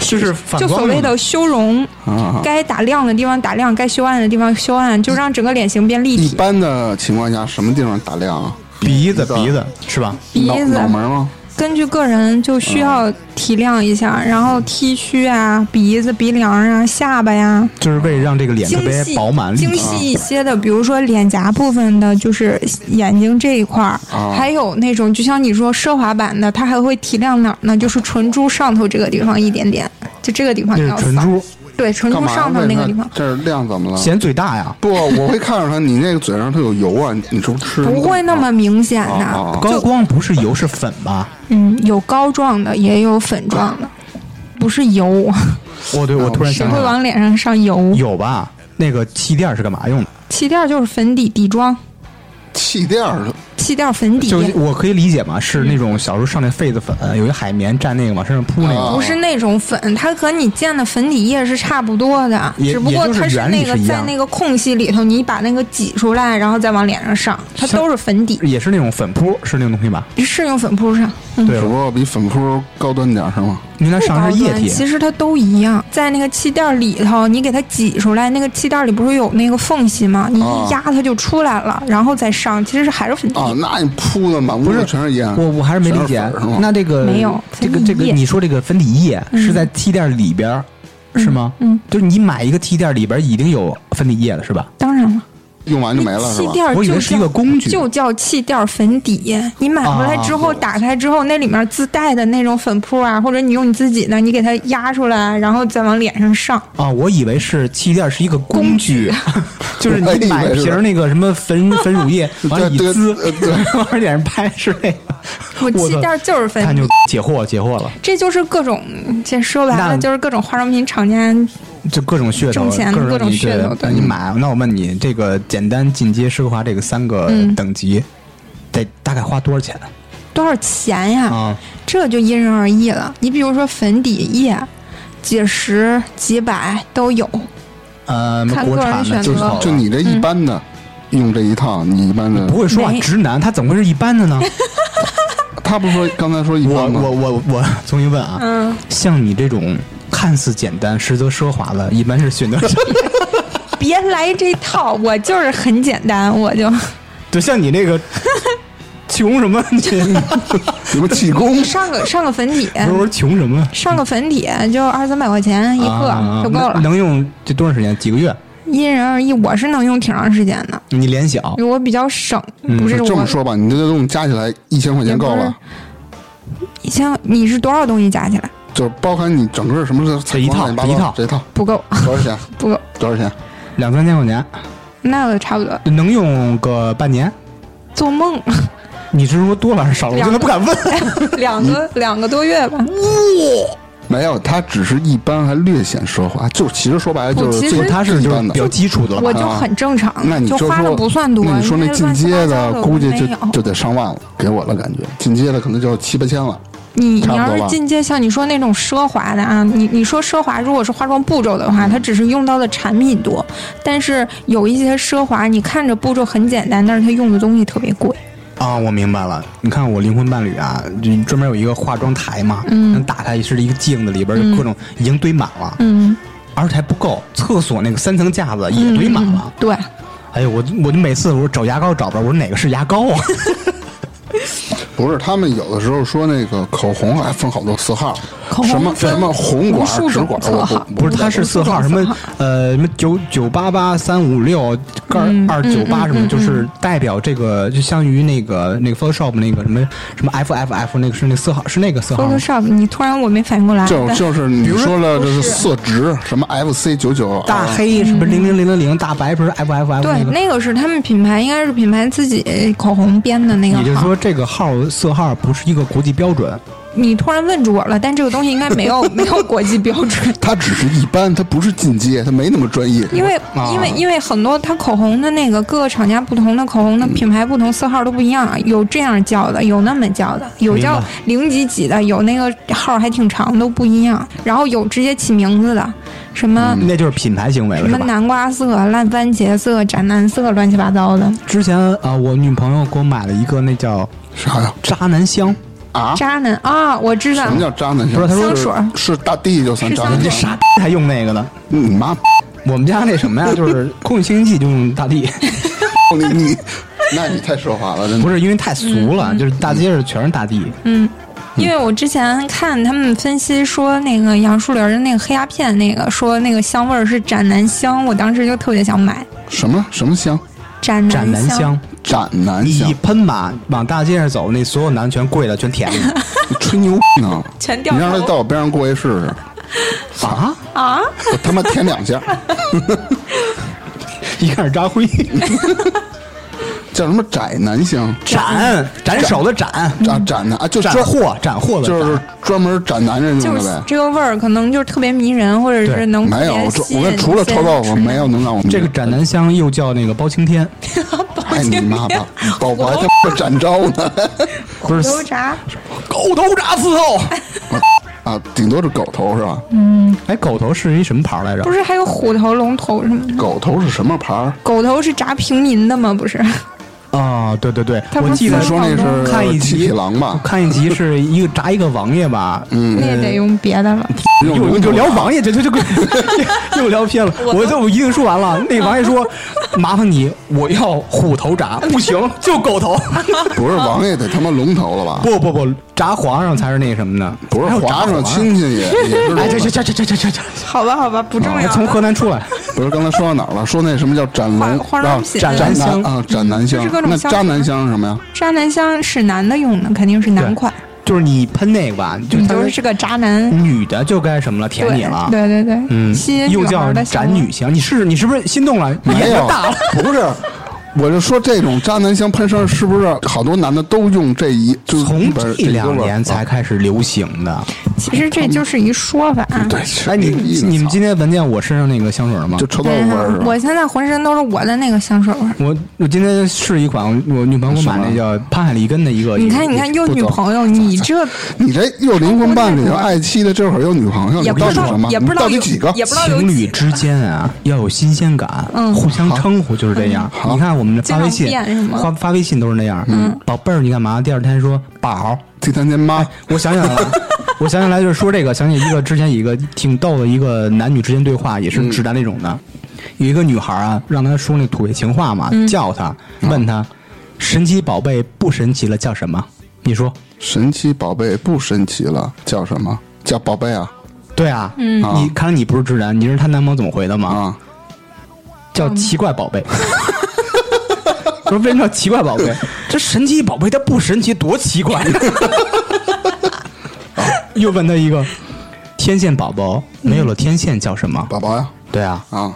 S1: 就是反
S4: 就
S1: 光
S4: 所谓
S1: 用
S4: 的修容，
S2: 啊。
S4: 该打亮的地方打亮，该修暗的地方修暗，就让整个脸型变立
S2: 一
S4: 体。
S2: 般的情况下，什么地方打亮啊？
S1: 鼻子鼻子是吧？
S4: 鼻
S2: 脑
S4: 子
S2: 脑门儿啊吗？
S4: 根据个人就需要提亮一下，然后 T 区啊、鼻子、鼻梁啊、下巴呀、
S1: 就是为了让这个脸特
S4: 精
S1: 别
S4: 细
S1: 饱满立
S4: 精
S1: 体。啊
S4: 细一些的，比如说脸颊部分的，就是眼睛这一块儿，
S2: 啊
S4: 还有那种就像你说奢华版的，它还会提亮哪儿呢？就是唇珠上头这个地方一点点，就这个地方
S1: 那
S4: 你
S1: 是
S4: 要啊
S1: 唇
S4: 扫。
S1: 珠，
S4: 对，唇
S2: 干
S4: 珠
S2: 嘛？
S4: 上头
S2: 为
S4: 那个
S2: 啥
S4: 地方。
S2: 这亮怎么了？
S1: 显嘴大呀。
S2: 不，我会看着它，你那个嘴上它有油啊，你你是不是吃？
S4: 不会那么明显的，
S2: 啊
S1: 高光不是油是粉吧？
S4: 嗯，有膏状的，也有粉状的，不是油，
S1: <laughs> 哦，对，我突然
S4: 谁
S1: 想起
S4: 会
S1: 来了，
S4: 往脸上上油？
S1: 有吧？那个气垫是干嘛用的？
S4: 气垫就是粉底底妆，
S2: 气垫儿
S4: 气垫粉底
S1: 就我可以理解嘛，
S4: 嗯
S1: 是那种小时候上那痱子粉，有一海绵蘸那个往身上铺那
S2: 啊
S1: 个。
S4: 不是那种粉，它和你见的粉底液是差不多的，
S1: 也
S4: 只不过
S1: 也就是
S4: 它
S1: 原理
S4: 那个
S1: 是一样
S4: 在那个空隙里头，你把那个挤出来，然后再往脸上上，它
S1: 像
S4: 都是粉底，
S1: 也是那种粉扑，是那种东西吧？
S4: 是用粉扑上。嗯，
S1: 对啊
S2: 只，不过比粉扑高端点儿是吗？
S1: 因为它
S4: 不
S1: 上的
S4: 高
S1: 是液
S4: 端，其
S1: 体。
S4: 实它都一样，在那个气垫里头，你给它挤出来，那个气垫里不是有那个缝隙吗？你
S2: 啊
S4: 一压它就出来了，然后再上，其实是还是粉底
S2: 啊，啊，那你扑的满屋
S1: 不是
S2: 子全是烟，
S1: 我我还是没理解
S2: 全是嗯粉是吗，
S1: 那这个
S4: 没有
S1: 这个
S4: 粉
S1: 这
S4: 底
S1: 个，
S4: 液
S1: 你说这个粉底液是在气垫里边儿、是吗？
S4: 嗯，
S1: 就是你买一个气垫里边已经有粉底液了是吧？
S4: 当然了，
S2: 用完就没了是
S4: 气
S2: 吧？
S4: 垫儿
S1: 我以
S4: 就
S1: 为是一个
S4: 叫
S1: 工具，啊
S4: 就叫气垫粉底，你买回来之后、打开之后，那里面自带的那种粉扑啊，或者你用你自己的，你给它压出来，然后再往脸上上。
S1: 啊，我以为是气垫是一个工具， <laughs> 就是
S2: 我以
S1: 你
S2: 为
S1: 买
S2: 是
S1: 瓶儿那个什么
S4: <laughs>
S1: 粉粉乳液，完了一
S2: <laughs> 对对
S1: 滋
S2: 呃对，
S1: <laughs> 往脸上拍是那个。
S4: 我
S1: 我
S4: 气
S1: 的
S4: 垫就
S1: <laughs>
S4: 是
S1: 看
S4: 粉
S1: 就
S4: 底，
S1: 解惑解惑了，
S4: 这就是各种，这说白
S1: 那
S4: 了就是各种化妆品厂家
S1: 就各种噱头，
S4: 挣钱
S1: 各
S4: 各种
S1: 你
S4: 噱头嗯
S1: 对
S4: 对
S1: 你买。那我问你，这个简单、进阶、奢华这个三个
S4: 嗯
S1: 等级，得大概花多少钱
S4: 多少钱呀？
S1: 啊？
S4: 这就因人而异了。你比如说粉底液，几十几百都有。
S1: 呃，
S4: 看
S1: 国
S4: 个人
S1: 产的
S4: 选
S1: 就
S4: 择
S1: 好了
S2: 就你这一般的，
S4: 嗯
S2: 用这一套，你一般的
S1: 不，会说话
S4: 没
S1: 直男，他怎么会是一般的呢？
S2: 他不是说刚才说
S1: <laughs>
S2: 一
S1: 我
S2: 般吗？
S1: 我我我重新问啊，
S4: 嗯，
S1: 像你这种看似简单，实则奢华的，一般是选择什么？
S4: 别来这套，我就是很简单，我就
S1: <laughs> 对，像你
S4: <laughs>
S1: 那个穷什么？你
S2: 什么气功
S4: 上个上个粉底，
S1: 不是说穷什么？
S4: 上个粉底就二三百块钱一
S1: 啊
S4: 个就够
S1: 那
S4: 了，
S1: 能用这多长时间？几个月？
S4: 因人而异。我是能用挺长时间的，
S1: 你脸小，
S4: 我比较省，
S1: 嗯
S4: 不是
S2: 哦这么
S4: 我
S2: 说吧，你这些东西加起来一千块钱够了，
S4: 一千，你是多少东西加起来
S2: 就是包含你整个什么
S1: 这一套一
S2: 乱七八
S1: 套
S2: 糟这一套
S4: 不够，
S2: 多少钱？
S4: 不够，
S2: 多少钱？
S1: 两三千块钱，
S4: 那个差不多。
S1: 能用个半年。
S4: 做梦，
S1: 你是说多了还是少了？我
S4: 两
S1: 现在不敢问。
S4: <laughs> 两 <laughs> 个两个多月吧。
S2: 没有，它只是一般，还略显奢华。就其实说白了，
S4: 不
S2: 就是
S4: 哦其
S2: 最
S4: 实
S1: 他是
S2: 一
S1: 就是
S2: 般的
S1: 比。较基础的了
S4: 我
S1: 吧，
S4: 就很正常，
S2: 那你
S4: 就
S2: 说，
S4: 花的不算多。
S2: 那你说那
S4: 因为
S2: 进
S4: 乱七八
S2: 阶
S4: 糟
S2: 的，
S4: 的
S2: 估计
S4: 我
S2: 就
S4: 没有
S2: 就得上万了，给我的感觉，进阶的可能就七八千了。
S4: 你
S2: 差
S4: 你
S2: 不多
S4: 要是
S2: 吧
S4: 进阶像你说那种奢华的啊，你你说奢华，如果是化妆步骤的
S2: 嗯
S4: 话，它只是用到的产品多，但是有一些奢华，你看着步骤很简单，但是它用的东西特别贵。
S1: 啊，我明白了。你看我灵魂伴侣啊，就专门有一个化妆台嘛，能打开是一个镜子，里边就各种已经堆满了，
S4: 嗯，
S1: 而且还不够，厕所那个三层架子也堆满了。
S4: 嗯对，
S1: 哎呦，我我就每次我找牙膏找不着，我说哪个是牙膏啊？ <laughs>
S2: 不是，他们有的时候说那个口红还分好多色号，
S4: 口红
S2: 什么
S4: 分
S2: 什么红管
S4: 无、数
S2: 直
S4: 种
S2: 管，
S4: 色
S2: 我
S4: 号
S2: 不
S1: 不是，它是色号，什么呃什么九九八八三五六杠
S4: 嗯
S1: 二九八什么，就是代表这个，就相当于那个那个 Photoshop 那个什么什么 FFF 那个是那色号是那个色号吗。
S4: Photoshop，你突然我没反应过来，
S2: 就
S4: 但
S2: 就是你说了，这是色值，什么 FC 九啊九
S1: 大黑是不是零零零零零？大白不是 FFF
S4: 嗯对
S1: 那，
S2: 嗯
S1: 个？
S4: 那个是他们品牌，应该是品牌自己口红编的那个
S1: 也就是
S4: 号。
S1: 说，这个号色号不是一个国际标准。
S4: 你突然问住我了，但这个东西应该
S1: <laughs>
S4: 没有没有国际标准。
S2: 它只是一般，它不是进阶，它没那么专业。
S4: 因为
S1: 啊
S4: 因为因为很多它口红的那个各个厂家不同的口红
S1: 嗯
S4: 的品牌不同色号都不一样，有这样叫的，有那么叫的，有
S1: 明白
S4: 叫零几几的，有那个号还挺长，都不一样。然后有直接起名字的，什么
S1: 嗯那就是品牌行为了，
S4: 什
S1: 是
S4: 么
S1: 吧？
S4: 南瓜色、烂番茄色、斩蓝色，乱七八糟的。
S1: 之前啊、呃我女朋友给我买了一个那叫
S2: 啥呀？
S1: 渣男香，
S2: 啊？
S4: 渣男啊，我知道
S2: 什么，叫渣男香？
S1: 不是他
S4: 说香
S2: 是是大地就算
S4: 是
S2: 渣
S4: 香
S2: 男
S1: 这
S2: 香。
S1: 傻逼啊 <laughs> 还用那个呢。
S2: 嗯你妈！
S1: 我们家那什么呀，就是空气清新器就用大地，
S2: 你你，那你太奢华了，真的
S1: 不。是因为太俗了，就是大街上全是大地。
S4: 嗯。因为我之前看他们分析说，那个杨树林的那个黑鸦片，那个说那个香味儿是斩男香，我当时就特别想买
S2: 什么什么香？
S4: 斩
S1: 斩男香，
S2: 斩男
S1: 你
S2: 香
S1: 一？喷吧，往大街上走，那所有男的全跪了，全舔你
S2: 你吹牛
S1: <laughs>
S2: 呢？
S4: 全掉
S2: 你让他
S4: 头
S2: 到我边上过去试试，
S1: 啊！
S4: 啊！
S2: 我他妈舔两下，
S1: <laughs> 一看是扎辉，
S2: 叫什么窄男香？
S1: <laughs> <laughs> 斩斩首的斩，
S2: 啊，斩男啊，就
S1: 斩
S2: 专
S1: 货斩货的
S2: 就是
S1: 斩
S2: 专门斩男人用
S4: 就
S2: 的
S4: 是
S2: 呗。
S4: 这个味儿，可能就是特别迷人，或者
S1: 对
S4: 是能
S2: 嗯没有，
S4: 特别
S2: 我
S4: 吸
S2: 这
S4: 引
S2: 我跟除了
S4: 一些
S2: 臭豆腐，
S4: 人
S2: 没有能让我
S1: 这个斩男香又叫那个包青天，
S2: 哎你妈吧，我我还他妈展昭呢
S1: 不是
S4: 油炸
S1: 狗头铡伺候。
S2: 啊，顶多是狗头是吧？
S1: 哎，狗头是一什么牌来着
S4: 不？是还有虎头、龙头什么的？
S2: 狗头是什么牌儿？
S4: 狗头是炸平民的吗？不是，
S1: 啊，对对对，
S4: 它不
S1: 我
S4: 是
S1: 记
S2: 你
S1: 得
S4: 四
S2: 说那
S1: 看一
S2: 是七
S1: 集
S2: 匹狼吧？
S4: <laughs>
S1: 看一集是一个炸一个王爷吧，嗯，
S4: 那也得用别的了。
S2: 又
S1: 又
S2: 又
S1: 又聊王爷，这这这个 <laughs> 又聊偏了。我这我一定说完了，那王爷说：“麻烦你，我要虎头铡，不行就狗头。
S2: 不是王爷得他妈龙头了吧？
S1: <laughs> 不不不，铡皇上才是那什么呢？
S2: 不是
S1: 还有
S2: 皇
S1: 铡
S2: 上亲戚也也是
S1: 哎，这这这
S2: 龙头
S1: 这这这这这，
S4: <laughs> 好吧，好吧，不重
S1: 还
S4: 要。
S1: 哦从河南出来，
S2: 不是刚才说到哪儿了？说那什么叫斩龙
S4: 花花
S2: 啊
S4: 生？
S1: 斩
S2: 斩
S1: 男香
S2: 男啊，斩男香
S4: 就是各。种
S2: 那
S4: 香
S2: 渣
S4: 肠
S2: 男香是什么呀？
S4: 渣男香是男的用的，肯定是男款。
S1: 就是你喷那个吧，就
S4: 你
S1: 他
S4: 就是个渣男，
S1: 女的就该什么了，舔你了。
S4: 对对对对，
S1: 嗯
S4: 吸引，
S1: 又
S4: 女孩
S1: 叫
S4: 的
S1: 斩女香，你是你是不是心动了？
S2: 没
S1: 眼
S2: 有
S1: 睛大了，，
S2: 不是。我就说这种渣男香喷身是不是好多男的都用这一？就是
S1: 从
S2: 不是
S1: 这两年才
S2: 啊
S1: 开始流行的。
S4: 其实这就是一说法。啊
S2: 对，
S1: 哎，你
S2: 这一个
S1: 你们
S2: 操
S1: 今天闻见我身上那个香水了吗
S2: 就？抽到
S4: 对
S2: 味儿是吧
S4: 嗯我现在浑身都是我的那个香水味儿。
S1: 我我今天试一款，我我女朋友给我买那叫潘海利根的一个，
S4: 你看，你看，又女朋友，你这
S2: 你这又灵魂伴侣，又爱妻的，这会儿又女朋友，你
S4: 也不
S2: 到
S4: 知
S2: 底
S4: 道
S2: 什么？
S4: 也
S2: 你
S4: 不知道
S2: 到底
S4: 有
S2: 几个？
S4: 也不知道有
S1: 情侣
S4: 几嗯
S1: 之间
S4: <laughs>
S1: 啊要有新鲜感，互相称呼就是这样。你看我们的发微信
S4: 经常变是，吗嗯
S1: 发发微信都是那样。宝贝儿，你干嘛？第二天说宝，
S2: 第三天妈，
S1: 我想想啊。我想起来就是说这个，想起一个之前一个挺逗的一个男女之间对话，也是直男那种的。有一个女孩啊，让他说那土味情话嘛，叫他问他，神奇宝贝不神奇了叫什么？你说
S2: 神奇宝贝不神奇了，叫什么？叫宝贝啊
S1: 对啊，
S2: 啊
S1: 你看来你不是直男，你知道她男朋友怎么回的吗？
S2: 啊！
S1: 叫奇怪宝贝。我说为什么叫奇怪宝贝？这神奇宝贝它不神奇，多奇怪！ <laughs> 又问他一个，天线宝宝没有了天线叫什么？
S2: 宝宝呀
S1: 对啊，
S2: 啊，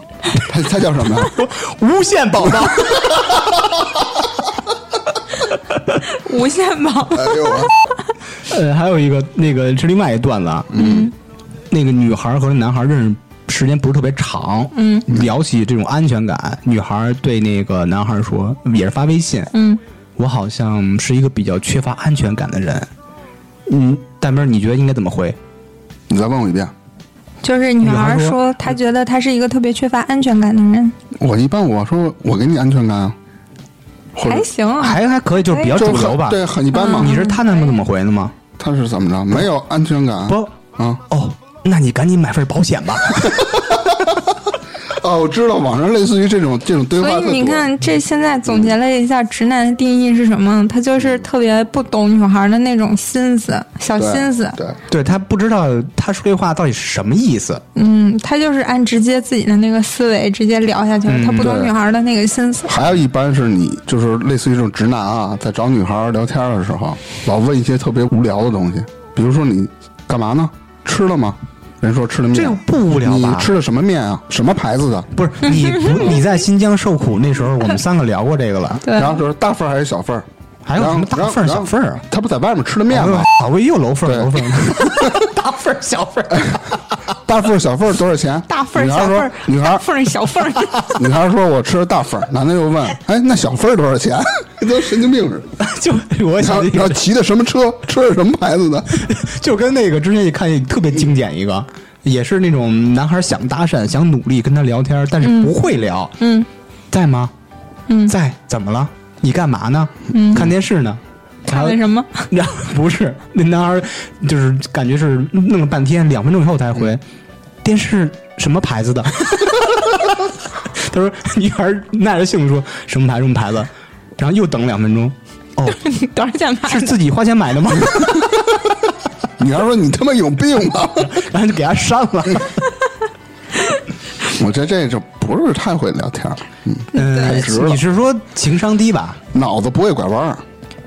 S2: 他他叫什么呀？
S1: 无线宝宝。
S4: 无限宝，
S2: <laughs> 哎呦我，
S1: <laughs> 呃，还有一个那个是另外一段子啊，嗯，那个女孩和男孩认识。时间不是特别长，嗯，聊起这种安全感，女孩对那个男孩说，也是发微信，
S4: 嗯，
S1: 我好像是一个比较缺乏安全感的人，嗯，大明儿，你觉得应该怎么回？
S2: 你再问我一遍。
S4: <laughs> 就是女孩
S1: 女孩
S4: 儿说，她觉得她是一个特别缺乏安全感的人，
S2: 我一般我说我给你安全感啊，或者
S4: 还行嗯啊，
S1: 还还可以，就是比较
S2: 哎就
S1: 主
S2: 是很
S1: 流吧。
S2: 对，很一般嘛。
S1: 你是他男朋友怎么回的吗？
S2: 他是怎么着？没有安全感？
S1: 不，
S2: 啊
S1: 哦，那你赶紧买份保险吧。 <laughs>
S2: 哦，我知道网上类似于这种这种对话特
S4: 所以
S2: 多。嗯
S4: 你看，这现在总结了一下直男的定义是什么？他就是特别不懂女孩的那种心思，小
S2: 嗯对
S4: 心思。
S2: 对，
S1: 对他不知道他说这话到底是什么意思，
S4: 嗯，他就是按直接自己的那个思维直接聊下去了，他不懂
S2: 嗯对
S4: 女孩的那个心思。
S2: 还有一般是你就是类似于这种直男啊，在找女孩儿聊天的时候，老问一些特别无聊的东西，比如说你干嘛呢？吃了吗？人说吃了面，
S1: 这个不无聊
S2: 你
S1: 吧？
S2: 吃的什么面啊？什么牌子的？
S1: 不是 <laughs> 你不你在新疆受苦那时候，我们三个聊过这个了。
S4: 对，
S2: 然后就是大份儿还是小份儿？
S1: 还有
S2: 然后
S1: 什么大份儿小份儿啊？
S2: 他不在外面吃的面
S1: 哎呦
S2: 吗？
S1: 好贵，又楼份儿
S2: 对
S1: 楼份儿， <laughs> 大份儿小份儿。
S2: 大份儿小份儿多少钱？
S4: 大份儿
S2: 女孩
S4: 小份
S2: 说
S4: 儿，，
S2: 女孩
S4: 大份儿小份儿。
S2: <laughs> 女孩说我吃大份儿，男的又
S1: <laughs>
S2: 问，哎，那小份儿多少钱？ <laughs> 跟都神经病似的。
S1: <laughs> 就我
S2: 然
S1: 想
S2: 后
S1: 起一
S2: 然后
S1: 个，
S2: 骑的什么车？吃的什么牌子的？
S1: 就跟那个之前也看一特别经典一个，也是那种男孩想搭讪，想努力跟他聊天，但是不会聊。
S4: 嗯，
S1: 在吗？嗯，在。怎么了？你干嘛呢？嗯，看电视呢。然
S4: 看
S1: 后
S4: 的什么？ <laughs>
S1: 然后 <laughs> 不是那男孩，就是感觉是弄了半天，两分钟以后才
S2: 嗯
S1: 回。电视什么牌子的？ <laughs> 他说女孩耐着性子说什么牌什么牌子，然后又等两分钟。哦，
S4: 你多少钱买
S1: 是
S4: 的？
S1: 自己花钱买的吗？ <laughs>
S2: 女孩说你他妈有病吧？
S1: 然后就给他删了。
S2: <laughs> 我觉得这就不是太会聊天儿，嗯，
S1: 嗯，
S2: 值了
S1: 你是说情商低吧？
S2: 脑子不会拐弯儿。啊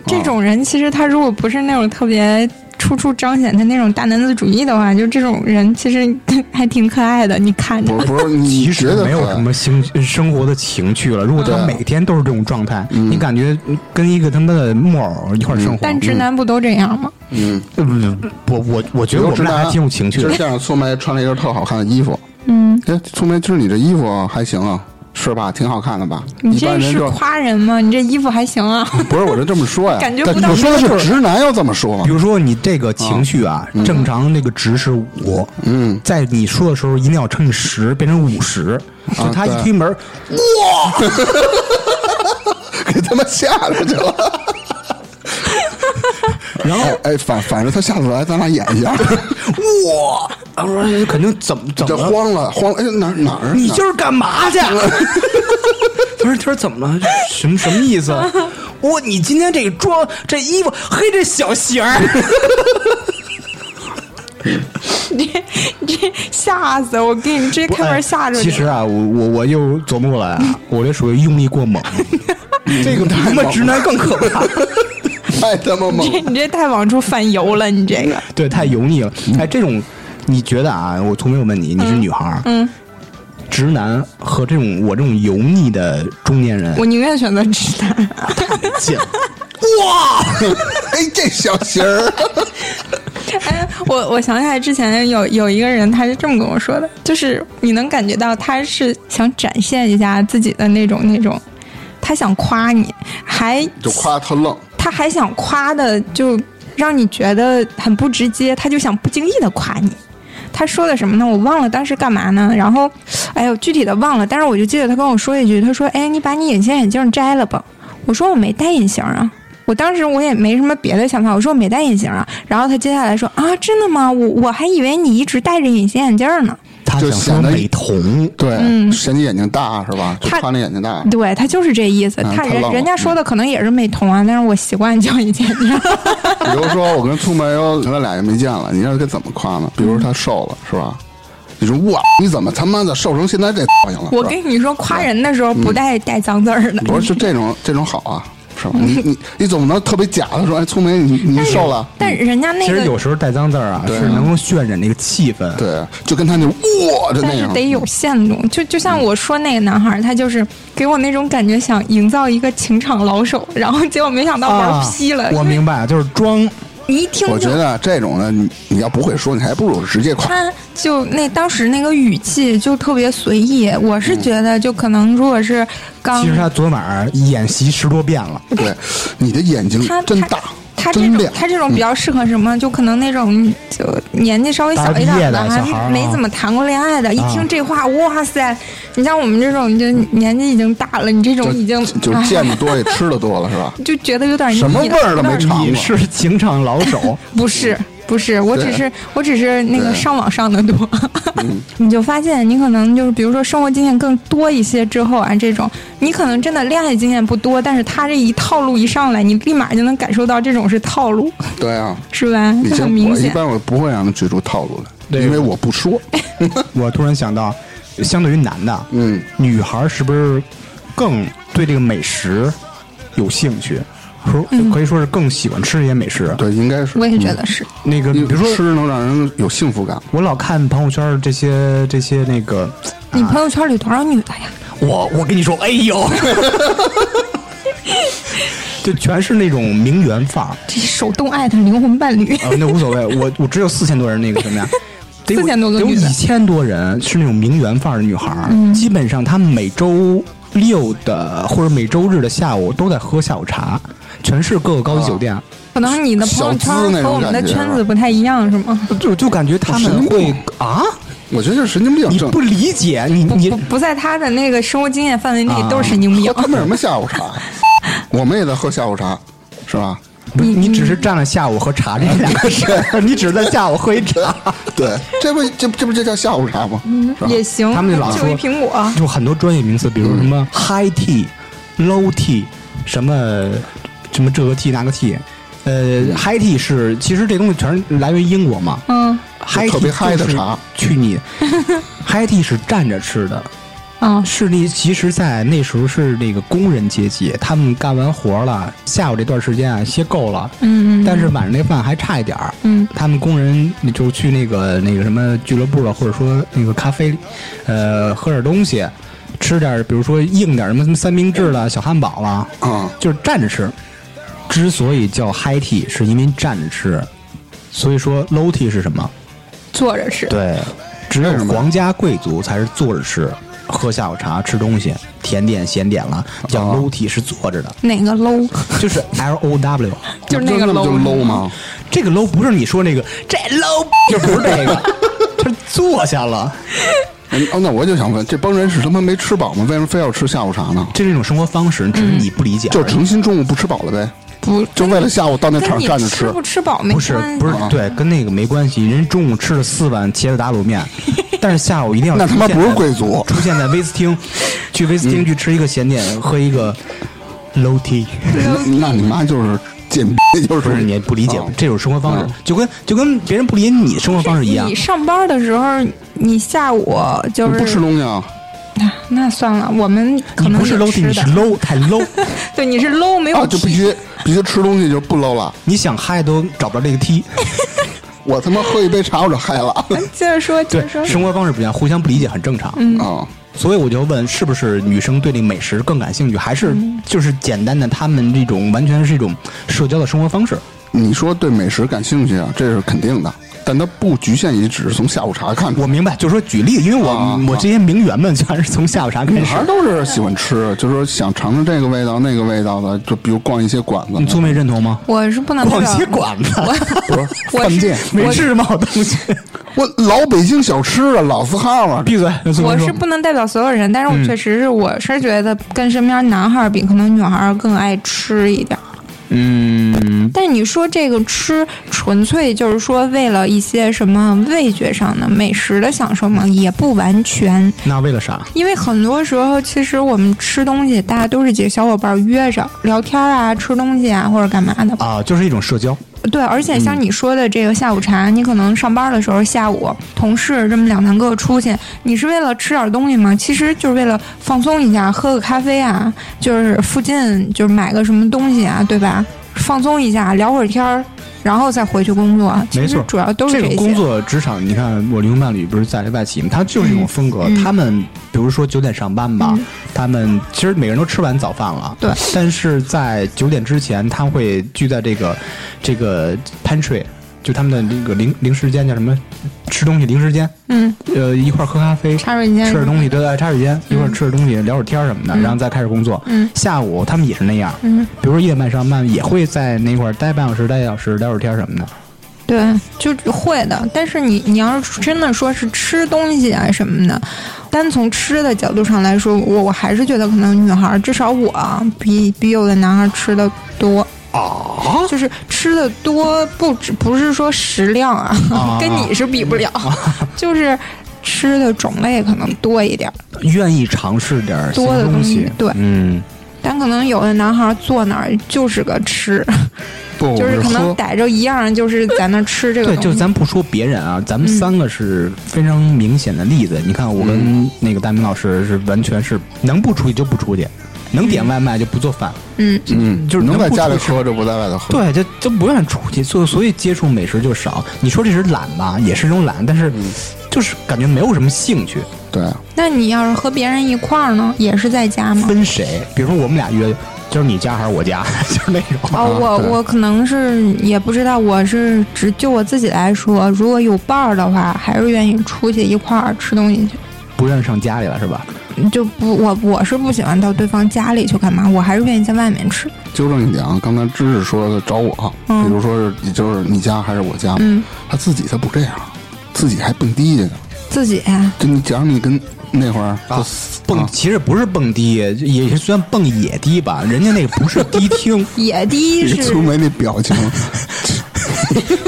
S4: 这种人其实他如果不是那种特别处处彰显的那种大男子主义的话，就这种人其实 <laughs> 还挺可爱的。你看着
S2: 不，是不是，你
S1: <laughs> 其
S2: 觉
S1: 实
S2: 得嗯
S1: 没有
S2: 可
S1: 什么情呃生活的情趣了。如果他
S2: 对
S1: 每天都是这种状态，
S2: 嗯
S1: 你感觉跟一个他妈的木偶一块儿生活？
S4: 但直男不都这样吗？
S2: 嗯，
S1: 嗯，我我我觉得我们俩还挺有情趣
S2: 就是
S1: 的。
S2: 这样，素梅穿了一身特好看的衣服。
S4: 嗯，
S2: 哎，素梅，就是你这衣服还行啊，是吧？挺好看的吧？
S4: 你
S2: 一般
S4: 这
S2: 人
S4: 是
S2: 就
S4: 夸人吗？你这衣服还行啊。
S2: <laughs>
S4: <laughs>
S2: 不是我就这么说呀？
S4: 感觉
S2: 但
S4: 不到
S2: 我说的是直男要这么说嘛
S1: 比？如说你这个情绪啊，正常那个值是五，
S2: 嗯，
S1: 在你说的时候一定要乘以十，变成五十。就他一
S2: 啊对
S1: 推门，
S2: 给他们吓着去了。哎
S1: 然后 <laughs>
S2: 哎，反反正他下次来，咱俩演一下。
S1: 哇，我说肯定怎么怎
S2: 这
S1: 么了？
S2: 慌了，慌了，哎，哪儿哪儿？
S1: 你
S2: 哪儿
S1: 就是干
S2: <laughs>
S1: 嘛去？他说：“他说怎么了？什么什么意
S2: <laughs>
S1: 思？我你今天这个妆、这衣服，嘿，这小鞋
S2: <laughs>
S1: 儿，
S4: 你这吓死我！给你直接开
S2: 哎
S4: 门吓着你。
S1: 其实啊，我我我又琢磨过来啊，我这属于用力过
S2: <laughs>
S1: 猛，这
S2: 嗯
S1: 个比他妈直男更可怕，
S2: 太他妈猛
S4: 你！这你这太往出反油了，你这个
S1: 对，太油腻了。
S4: 嗯
S1: 哎，这种你觉得啊？我从没有问你，你是女孩儿，嗯，直男和这种我这种油腻的中年人
S4: 我，宁愿选择直男。 <laughs>
S1: 见
S2: 哇，哎，这小鞋
S1: <laughs>
S2: 儿，
S4: 哎，我我想起来之前有有一个人，他是这么跟我说的，就是你能感觉到他是想展现一下自己的那种那种，他想夸你，还
S2: 就夸他愣，
S4: 他还想夸的就让你觉得很不直接，他就想不经意的夸你。他说的什么呢？我忘了当时干嘛呢？然后，哎呦，具体的忘了，但是我就记得他跟我说一句，他说：“哎，你把你隐形眼镜摘了吧。”我说：“我没戴隐形啊。”我当时我也没什么别的想法，我说我没戴隐形啊。然后他接下来说：“啊，真的吗？我我还以为你一直戴着隐形眼镜呢。”
S1: 他
S2: 就
S1: 想说
S2: 显得
S1: 美瞳，
S2: 对，嫌你眼睛大是吧？就
S4: 嗯他
S2: 夸你眼睛大，
S4: 对他就是这意思，
S2: 嗯
S4: 他
S2: 太
S4: 人
S2: 浪了
S4: 人家说的可能也是美瞳啊，但是我习惯叫隐形眼镜。
S2: 比如说我跟苏梅优，咱俩也没见了，你让他怎么夸呢？比如说他瘦了是吧？你说哇，你怎么他妈的瘦成现在这造型了？
S4: <laughs> 我
S2: 是吧
S4: 跟你说，夸人的时候不带带脏字儿的。
S2: 不是就这种这种好啊，是吧？你你你总不能特别假的说，哎，苏梅你你瘦了，嗯
S4: 但人家那
S1: 其实有
S4: 个，
S1: 时候带脏字儿啊，
S2: 对啊
S1: 是能够渲染那个气氛。
S2: 对，啊就跟他那哇就
S4: 但
S2: 那
S4: 是
S2: 样，
S4: 得有限度。就就像我说那个男孩儿，他就是给我那种感觉，想营造一个情场老手，然后结果没想到玩
S1: 啊
S4: 劈了。嗯
S1: 我
S4: 因为
S1: 明白，就是装
S4: 你一听
S2: 我觉
S4: 就
S2: 得啊这种呢，你你要不会说，你还不如直接夸。
S4: 他就那当时那个语气就特别随意。我
S2: 嗯
S4: 是觉得，就可能如果是刚
S1: 其实他昨晚儿演习十多遍了，
S2: 对，你的眼睛
S4: 他
S2: 真
S4: 他
S2: 大，
S4: 他这
S2: 真
S4: 种
S2: 亮。
S4: 他这种比较适合什么？就可能那种就年纪稍微小一点
S1: 大学毕业的小孩儿
S4: 还
S1: 啊
S4: 没怎么谈过恋爱的，一
S2: 啊
S4: 听这话，哇塞！你像我们这种就年纪已经大了，你这种已经
S2: 就
S4: 哎
S2: 见的多也吃的多了是
S4: <laughs>
S2: 吧？
S4: 就觉得有点腻了
S2: 什么味儿都没尝
S1: 你
S2: 过。
S1: 是情场老手，
S4: 不是不是，我只
S2: 对
S4: 是我只是那个
S2: 对嗯
S4: 上网上的多， <laughs> 你就发现你可能就是比如说生活经验更多一些之后啊，这种你可能真的恋爱经验不多，但是他这一套路一上来，你立马就能感受到这种是套路，
S2: 对啊，
S4: 是吧？
S2: 你
S4: 这
S2: 像
S4: 很明
S2: 我一
S4: 显。
S2: 般我不会让他举出套路来，
S1: 对
S2: 因为我不说。
S1: 我突然想到，相对于男的，
S2: 嗯，
S1: 女孩儿是不是更对这个美食有兴趣？说可以说是更喜欢吃这些美食。
S2: 对，应该是。
S4: 我也觉得是，
S1: 那个，
S2: 嗯，
S1: 比
S2: 你
S1: 如
S2: 如
S1: 说
S2: 说吃能让人有幸福感。
S1: 我老看朋友圈儿这些这些那个，
S4: 你朋友圈里多少女的呀？
S1: 我我跟你说，哎呦， <laughs> 就全是那种名媛范儿。
S4: 这手动艾特灵魂伴侣，
S1: 啊，那无所谓，我我只有四千多人那个什么 <laughs> 呀，得有
S4: 4000多个
S1: 得有
S4: 女
S1: 一
S4: 的
S1: 千多人是那种名媛范儿的女孩儿，基本上她们每周六的或者每周日的下午都在喝下午茶，全是各个高级酒店，
S4: 可能你的朋友圈
S2: 小资那种
S4: 和我们的
S2: 感
S1: 啊
S2: 觉
S4: 圈子不太一样，是吗？
S1: 就就感觉她们
S2: 神
S1: 会
S2: 经病
S1: 啊，
S2: 我觉得就是神经病
S1: 你
S2: 症
S1: 不。理解，你你
S4: 不不在他的那个生活经验范围内
S1: 啊
S4: 都是神经病
S1: <laughs>
S2: 喝。他们什么下午茶？我们也在喝下午茶，是吧？
S1: 不你只是占了下午和茶这两个事 <laughs> 儿，你只是在下午喝一茶。
S2: 对，这不这这不就叫下午茶吗？是吧
S4: 嗯也行，
S1: 他们就老
S4: 就
S1: 说
S4: 一苹果，
S1: 就很多专业名词，比如什么 high tea、low tea，什么什么这个 tea 那个 tea。呃，high tea 是其实这东西全是来源于英国嘛
S4: 嗯
S1: ，high
S2: 就特别
S1: tea
S2: 嗨的
S1: 就是
S2: 茶
S1: 去你，high tea 是站着吃的，
S4: 啊，
S1: 是那其实，在那时候是那个工人阶级，他们干完活了，下午这段时间啊歇够了，
S4: 嗯嗯
S1: 但是晚上那饭还差一点儿，
S4: 嗯，
S1: 他们工人就去那个那个什么俱乐部了，或者说那个咖啡，呃，喝点东西，吃点儿比如说硬点儿什么什么三明治了、小汉堡了，
S2: 啊，
S1: 就是站着吃。之所以叫 high tea，是因为站着吃，所以说 low tea 是什么？
S4: 坐着吃。
S1: 对，只有皇家贵族才是坐着吃，喝下午茶、吃东西、甜点、咸点了，叫
S2: 哦
S1: low tea 是坐着的，
S4: 哪个 low？
S1: 就是 L O W。
S4: 就是那个
S2: 不
S4: low
S2: 就 low 吗？
S1: 这 <laughs> 个 low 不是你说那个这 low，就不是这个，他坐下了。
S2: 嗯哦，那我就想问，这帮人是他妈没吃饱吗？为什么非要吃下午茶呢？
S1: 这是一种生活方式，只是你不理解而已。
S2: 就诚心中午不吃饱了呗，
S4: 不
S2: 就为了下午到那
S4: 跟
S2: 场
S4: 你
S2: 站着
S4: 吃不吃饱没
S1: 不是
S4: 关系
S1: 不是
S2: 啊，
S1: 对，跟那个没关系。人中午吃了四碗茄子打卤
S4: <laughs>
S1: 面，但是下午一定要
S2: 那他妈
S1: 出现
S2: 不是
S1: 在
S2: 贵族嗯
S1: 出现在威斯汀，去威斯汀去吃一个咸点，喝一个 low
S2: <laughs>
S1: tea。
S2: 那那你妈就是贱逼，就是
S1: 不是你不理解
S2: 啊
S1: 这种生活方式
S2: 嗯，
S1: 就跟就跟别人不理解你生活方式一样
S4: 你。上班的时候，你下午就
S2: 你
S4: 是
S2: 不吃东西啊？
S4: 那那算了，我们可
S1: 你
S4: 能
S1: 不是
S4: 也
S1: low
S4: 吃
S1: tea，你
S4: 的
S1: 是 low，太 low。
S4: 对，你是 low 没有
S2: 啊，就必
S4: tea
S2: 须必须吃东西就不搂了。
S1: 你想嗨都找不着这个
S4: <laughs>
S1: T。
S4: 哎
S2: 我他妈喝一杯茶我就嗨了
S4: 接着说，
S1: 对
S4: 接着，说，嗯
S1: 生活方式不一样，互相不理解很正常。
S2: 啊！
S1: 所以我就问，是不是女生对这美食更感兴趣，还是
S4: 嗯
S1: 就是简单的她们这种完全是一种社交的生活方式？
S2: 你说对美食感兴趣啊，这是肯定的，但它不局限于只是从下午茶看出
S1: 我
S2: 来。
S1: 明白，就是说举例，因为我、
S2: 啊啊
S1: 我这些名媛们全是从下午茶开
S2: 女
S1: 始
S2: 孩。都是喜欢吃，就是说想尝尝这个味道、那个味道的，就比如逛一些馆子
S1: 你，聪妹认同吗？
S4: 我是不能
S1: 逛
S4: 代表
S1: 些馆子， <laughs>
S2: 不是
S4: <laughs> 我
S2: 饭
S4: 是
S2: 店。
S1: 没世贸东西。
S2: 我老北京小吃啊，老字号啊，
S1: 闭嘴！那苏
S4: 我
S1: 梅说嗯
S4: 是不能代表所有人，但是我确实是，我是觉得跟身边男孩儿比，可能女孩儿更爱吃一点儿。
S1: 嗯，
S4: 但是你说这个吃，纯粹就是说为了一些什么味觉上的美食的享受吗？也不完全，
S1: 那为了啥？
S4: 因为很多时候其实我们吃东西，大家都是几个小伙伴儿约着聊天儿啊、吃东西啊或者干嘛的。
S1: 啊，就是一种社交。
S4: 对，而且
S1: 嗯
S4: 像你说的这个下午茶，你可能上班的时候下午同事这么两三个出去，你是为了吃点东西吗？其实就是为了放松一下，喝个咖啡啊，就是附近就是买个什么东西啊，对吧？放松一下，聊会儿天儿，然后再回去工作。其
S1: 没
S4: 实
S1: 错
S4: 主要都是
S1: 这个
S4: 些。
S1: 工作职场，你看我灵魂伴侣不是在外企吗？他就是一种风格。
S4: 嗯
S1: 他们比如说九点上班吧，他们其实每个人都吃完早饭了，
S4: 对。
S1: 但是在九点之前，他会聚在这个这个 pantry，就他们的那个零零食间叫什么？吃东西零食间，
S4: 嗯，
S1: 呃，一块儿喝咖啡，
S4: 茶水间
S1: 吃点东西，对对，茶水间一块儿吃点东西，聊会儿天儿什么的，然后再开始工作。
S4: 嗯
S1: 下午他们也是那样，
S4: 嗯，
S1: 比如说一点半上班，也会在那块儿待半小时、待一小时，聊会儿天儿什么的。
S4: 对，就会的。但是你你要是真的说是吃东西啊什么的，单从吃的角度上来说，我我还是觉得可能女孩儿，至少我啊比比有的男孩儿吃的多。
S1: 啊
S4: 哦，就是吃的多，不只不是说食量啊，
S1: 啊
S4: <laughs> 跟你是比不了， <laughs> 就是吃的种类可能多一点儿。
S1: 愿意尝试点儿新
S4: 多的东西
S1: 西，
S4: 对
S1: 嗯，
S4: 但可能有的男孩儿坐那儿就是个吃，
S2: 不，
S4: 就
S2: 我
S4: 是可能
S2: 喝。
S4: 逮着一样，就是在那儿吃这个
S1: 对，
S4: 东西。
S1: 就咱不说别人啊，咱们
S4: 嗯
S1: 三个是非常明显的例子。你看，我跟
S4: 嗯
S1: 那个大明老师是完全是能不出去就不出去，能点外卖就不做饭，
S4: 嗯，
S2: 嗯，
S1: 就是
S2: 能
S1: 能
S2: 在
S1: 不
S2: 家里
S1: 出去
S2: 喝就不在外头喝。
S1: 对，就就不愿意出去，所以所以接触美食就少。你说这是懒吧，也是一种懒，但
S4: 嗯
S1: 是就是感觉没有什么兴趣。
S2: 对，
S4: 那你要是和别人一块儿呢，也是在家吗？
S1: 分谁？比如说我们俩约，就是你家还是我家， <laughs> 就是那种。
S4: 哦，我
S2: 对
S4: 我可能是也不知道，我是只就我自己来说，如果有伴儿的话，还是愿意出去一块儿吃东西去，
S1: 不愿意上家里了是吧？
S4: 就不我我是不喜欢到对方家里去干嘛，我还是愿意在外面吃。
S2: 纠正一点啊，刚才知识说的找我，啊
S4: 嗯
S2: 比如说是你就是你家还是我家，
S4: 嗯，
S2: 他自己他不这样，自己还蹦迪去呢。
S4: 自己啊
S2: 就你假如你跟那会儿
S1: 啊
S2: 就，
S1: 蹦
S2: 啊
S1: 其实不是蹦迪，也虽然蹦野迪吧，人家那个不是迪
S4: <laughs>
S1: 厅，
S4: 野
S2: <laughs>
S4: 迪
S2: 你
S4: 是
S2: 粗眉那表 <laughs> 情，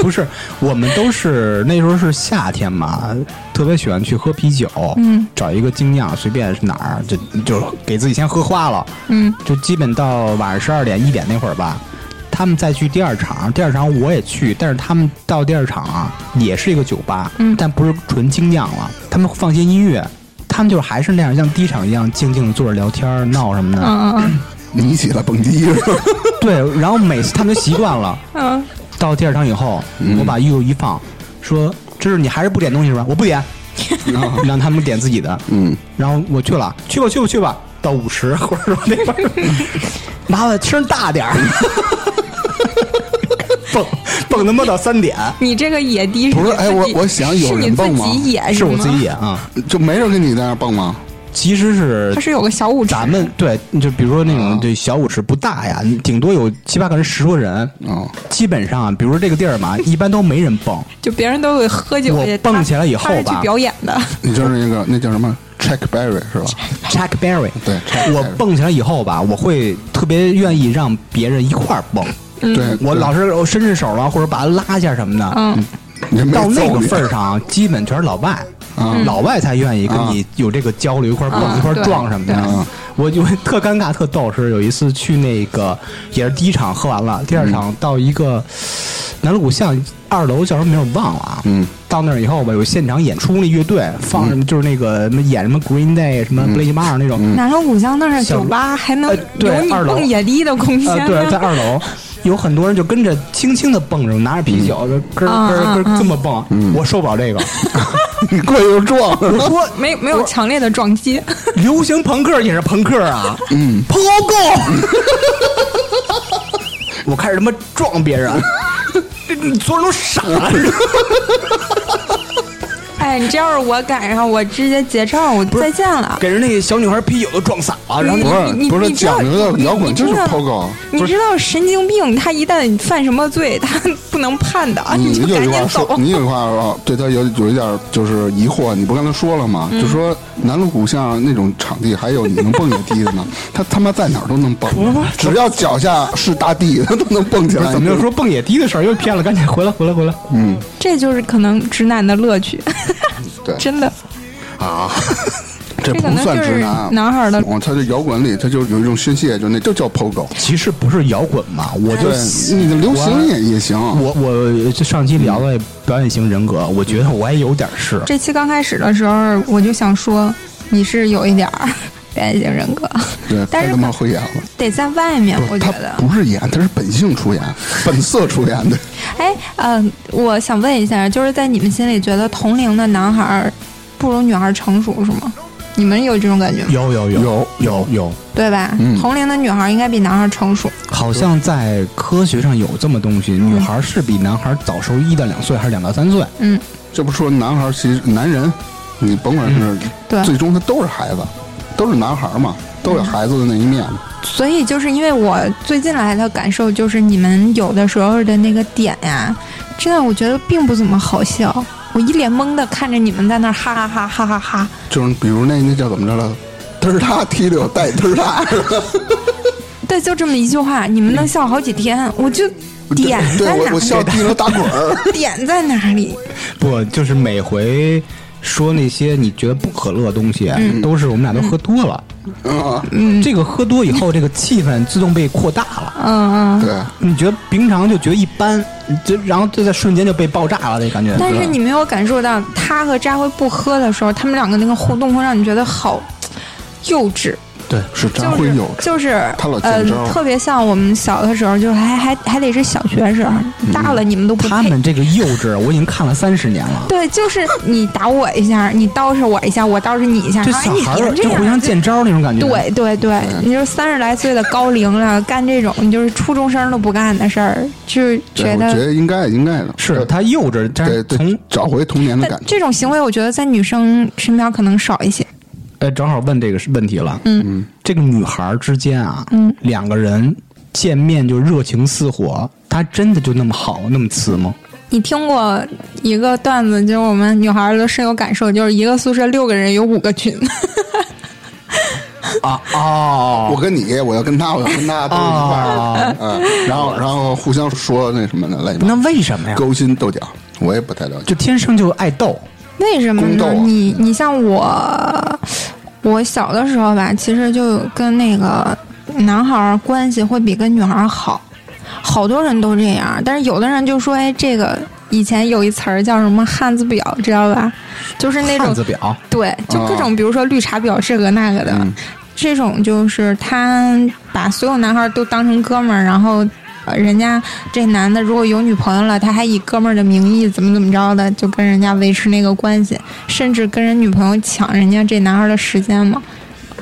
S1: 不是，我们都是那时候是夏天嘛，特别喜欢去喝啤酒，
S4: 嗯，
S1: 找一个精酿，随便是哪儿，就就是给自己先喝花了，
S4: 嗯，
S1: 就基本到晚上十二点一点那会儿吧。他们再去第二场，第二场我也去，但是他们到第二场啊，也是一个酒吧，
S4: 嗯
S1: 但不是纯精酿了，他们放些音乐，他们就是还是那样，像第一场一样静静的坐着聊天儿闹什么的，
S4: 嗯嗯
S2: 你起来蹦迪是吧？
S1: 对，然后每次他们就习惯了。
S4: 嗯
S1: 到第二场以后，我把衣服一放，说：“这是你还是不点东西是吧？”我不 <laughs> 点，让他们点自己的。
S2: 嗯，
S1: 然后我去了，去吧去吧去吧，到五十或者说那边 <laughs> 儿，麻烦声大点儿， <laughs> 蹦蹦他妈到三点，
S4: 你这个野迪是
S2: 不是
S4: 你自
S2: 哎我
S4: 己
S2: 我想有
S4: 是你
S2: 人蹦
S4: 自
S2: 吗
S4: 己野
S1: 是我
S4: 吗
S1: 自己演啊。
S2: 就没人跟你在那儿蹦吗？
S1: 其实是
S4: 它是有个小舞池，
S1: 咱们对，就比如说那种
S2: 啊
S1: 这小舞池不大呀，顶多有七八个人、十多人，
S2: 啊，
S1: 基本上啊比如说这个地儿嘛，一般都没人蹦，
S4: 就别人都给喝酒
S1: 我
S4: 去，
S1: 蹦起来以后
S4: 他是
S1: 吧
S4: 去表演的，
S2: 你就是那个那叫什么 Check Berry 是吧？
S1: Chuck Berry。
S2: 对，Chuck
S1: 我
S2: Berry
S1: 蹦起来以后吧，我会特别愿意让别人一块儿蹦。
S2: 对，
S1: 我
S2: 对
S1: 老是我伸伸手啊了，或者把他拉一下什么的。
S4: 嗯，
S2: 人没
S1: 到那
S2: 揍
S1: 个
S2: 你
S1: 份儿上，啊基本全是老外，
S2: 啊
S1: 老外才愿意跟你有这个交流，一块儿蹦、
S4: 啊
S1: 一块儿
S4: 对
S1: 撞什么的。
S2: 嗯对嗯
S1: 我就特尴尬，特逗是有一次去那个也是第一场喝完了，第二
S2: 嗯
S1: 场到一个南锣鼓巷二楼叫什么名儿忘了啊。
S2: 嗯
S1: 到那儿以后吧，有现场演出，那乐队放什么就是那个什么演什么 Green Day 什么
S2: 嗯
S1: Blake m a r 那种，
S4: 南锣鼓巷那是
S1: 嗯小
S4: 酒吧，还能
S1: 呃对
S4: 有你
S1: 二楼
S4: 蹦野迪的空间啊
S1: 呃，
S4: 吗，
S1: 对，在
S4: <laughs>
S1: 二楼有很多人就跟着轻轻的蹦着，拿着啤酒就咯
S4: 啊啊
S1: 咯咯
S4: 啊
S1: 这么蹦，我受不了 <laughs> 这个。
S2: 你过去就撞是
S1: 我
S2: 吧？
S1: 说
S4: 没没有强烈的撞击，
S1: <laughs>
S4: <laughs>
S1: 流行朋克也是朋克啊，嗯，朋够。 <laughs> 我开始他妈撞别人， <laughs> 这所有人都傻了。 <laughs>
S4: 哎，你这要是我赶上，我直接结账，我再见了。
S1: 给人那小女孩啤酒都撞洒了，然后
S2: 不
S4: 你
S2: 是
S4: 你
S2: 不是
S4: 你知道
S2: 讲究的摇滚就是
S4: 你知道
S2: Pogo，
S4: 你
S2: 不是
S4: 知道神经病，他一旦犯什么罪，他不能判 <laughs> 的，
S2: 你
S4: 啊就
S2: 嗯有句
S4: 赶
S2: 话
S4: 紧
S2: 说，。
S4: 走
S2: 嗯你有句话说，对他有有一点就是疑惑，你不刚才说了吗？
S4: 嗯
S2: 就说南锣鼓巷那种场地，还有你能蹦野地的呢？他他妈在哪儿都能蹦，啊只要脚下是大地，他都能蹦起
S1: 不
S2: 来。
S1: 是怎么又说蹦野迪的事儿又偏了？赶紧回来回来回来！
S4: 这就是可能直男的乐趣， <laughs>
S2: 对
S4: 真的。
S2: 啊？这
S4: 这可
S2: 不
S4: 能
S2: 算
S4: 就是
S2: 直男，
S4: 男孩儿的
S2: 哦他这摇滚里，他就有一种宣泄，就那就叫 POGO。
S1: 其实不是摇滚嘛，我就
S2: 对，你的流行也也行。
S1: 我我这上期聊的表演型人格，我觉得我也有点是。
S4: 这期刚开始的时候，我就想说，你是有一点儿 <laughs> 表演型人格，
S2: 对，
S4: 但
S2: 太
S4: 是
S2: 他妈会演了。
S4: 得在外面，我觉
S2: 他
S4: 得。
S2: 不是演，他是本性出演，本色出演的。
S4: 哎，嗯、我想问一下，就是在你们心里觉得同龄的男孩儿不如女孩儿成熟是吗？你们有这种感觉吗？
S1: 有有
S2: 有
S1: 有有，
S4: 对吧？
S2: 嗯
S4: 同龄的女孩儿应该比男孩儿成熟。
S1: 好像在科学上有这么东西，女孩是比男孩早熟一到两岁，还是两到三岁？
S4: 嗯，
S2: 这不说男孩儿其实男人，你甭管是、
S4: 嗯对嗯
S2: 最终他都是孩子，都是男孩儿嘛，都有孩子的那一面嘛。
S4: 所以就是因为我最近来的感受就是，你们有的时候的那个点呀、真的我觉得并不怎么好笑。我一脸懵的看着你们在那儿哈哈哈哈哈哈，
S2: 就是比如那那叫怎么着了，嘚儿他踢溜带嘚儿他，
S4: 对，就这么一句话，你们能笑好几天。我就 <laughs> 点
S2: <laughs> 对
S4: 在哪
S2: 我我笑
S4: 儿？
S2: 踢溜打滚儿。
S4: <laughs> 点在哪里？
S1: 不，就是每回说那些你觉得不可乐的东西，都是我们俩都喝多了。
S2: 啊，
S1: 这个喝多以后，这个气氛自动被扩大了。
S4: 嗯嗯。
S2: 对，
S1: 你觉得平常就觉得一般，你就然后就在瞬间就被爆炸了，那感觉。
S4: 但是你没有感受到他和扎辉不喝的时候，他们两个那个互动会让你觉得好幼稚。
S1: 对，
S2: 是张
S4: 就是
S2: 辉有。
S4: 就是
S2: 他老
S4: 呃
S2: 见招，
S4: 特别像我们小的时候，就是还还还得是小学时候，大了你们都不
S1: 他
S4: 配。
S1: 们这个幼稚，我已经看了三十年了。
S4: 对，就是你打我一下，你叨饬我一下，我叨饬你一下，
S1: 这
S4: 然后
S1: 小
S4: 哎你
S1: 孩
S4: 别
S1: 儿
S4: 这
S1: 就互
S4: 样
S1: 相。见招那种感觉。，
S4: 对对对，你就三十来岁的高龄了，干这种你就是初中生都不干的事儿，就
S2: 对，
S4: 觉
S2: 我
S4: 得
S2: 觉得应该应该的，
S1: 是他幼稚，但
S2: 对
S1: 是
S2: 对
S1: 从，
S2: 找回童年的感
S4: 但
S2: 觉。
S4: 这种行为，我觉得在女生身边可能少一些。
S1: 呃，正好问这个问题了。
S4: 嗯，
S1: 这个女孩儿之间啊，
S4: 嗯
S1: 两个人见面就热情似火，她真的就那么好，那么瓷吗？
S4: 你听过一个段子，就是我们女孩儿都深有感受，就是一个宿舍六个人有五个群， <laughs>
S1: 啊哦
S2: 我跟你，我要跟他，我要跟他，
S4: 啊
S2: 都是一块儿的。嗯，然后然后互相说那什么的，来
S1: 那为什么呀？
S2: 勾心斗角，我也不太了解。
S1: 就天生就爱斗，
S4: 为什么
S2: 宫斗
S4: 呢
S2: 啊？
S4: 你你像我，我小的时候吧，其实就跟那个男孩儿关系会比跟女孩儿好，好多人都这样。但是有的人就说，哎，这个以前有一词儿叫什么“汉字表”，知道吧？就是那
S1: 汉
S4: 种
S1: 字表，
S4: 对，就各种，比如说绿茶婊这个那个的，
S2: 嗯
S4: 这种就是他把所有男孩都当成哥们儿，然后。呃人家这男的如果有女朋友了，他还以哥们儿的名义怎么怎么着的，就跟人家维持那个关系，甚至跟人女朋友抢人家这男孩的时间嘛。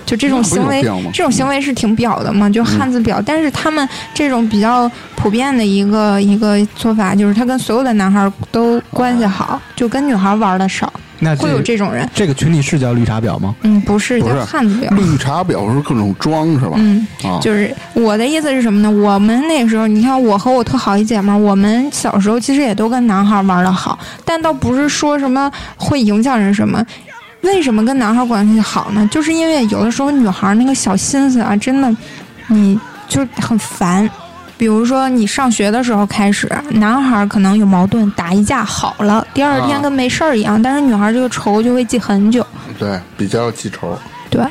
S4: 就这种
S2: 那不
S4: 行
S2: 有
S4: 为
S2: 必要吗，
S4: 这种行为是挺表的嘛，就汉字表。但是他们这种比较普遍的一个一个做法，就是他跟所有的男孩都关系好，就跟女孩玩的少。
S1: 那
S4: 会有这种人。
S1: 这个群体是叫绿茶婊吗？
S4: 嗯，不是
S2: 不
S4: 叫
S2: 是
S4: 汉子婊。
S2: 绿茶婊是各种装是吧？
S4: 嗯，
S2: 啊，
S4: 就是我的意思是什么呢？我们那时候，你看我和我特好一姐们儿，我们小时候其实也都跟男孩玩的好，但倒不是说什么会影响人什么。为什么跟男孩关系好呢？就是因为有的时候女孩那个小心思啊，真的，你就很烦。比如说你上学的时候开始，男孩可能有矛盾，打一架好了，第二天
S2: 啊
S4: 跟没事儿一样，但是女孩这个仇就会记很久。
S2: 对，比较记仇。
S4: 对，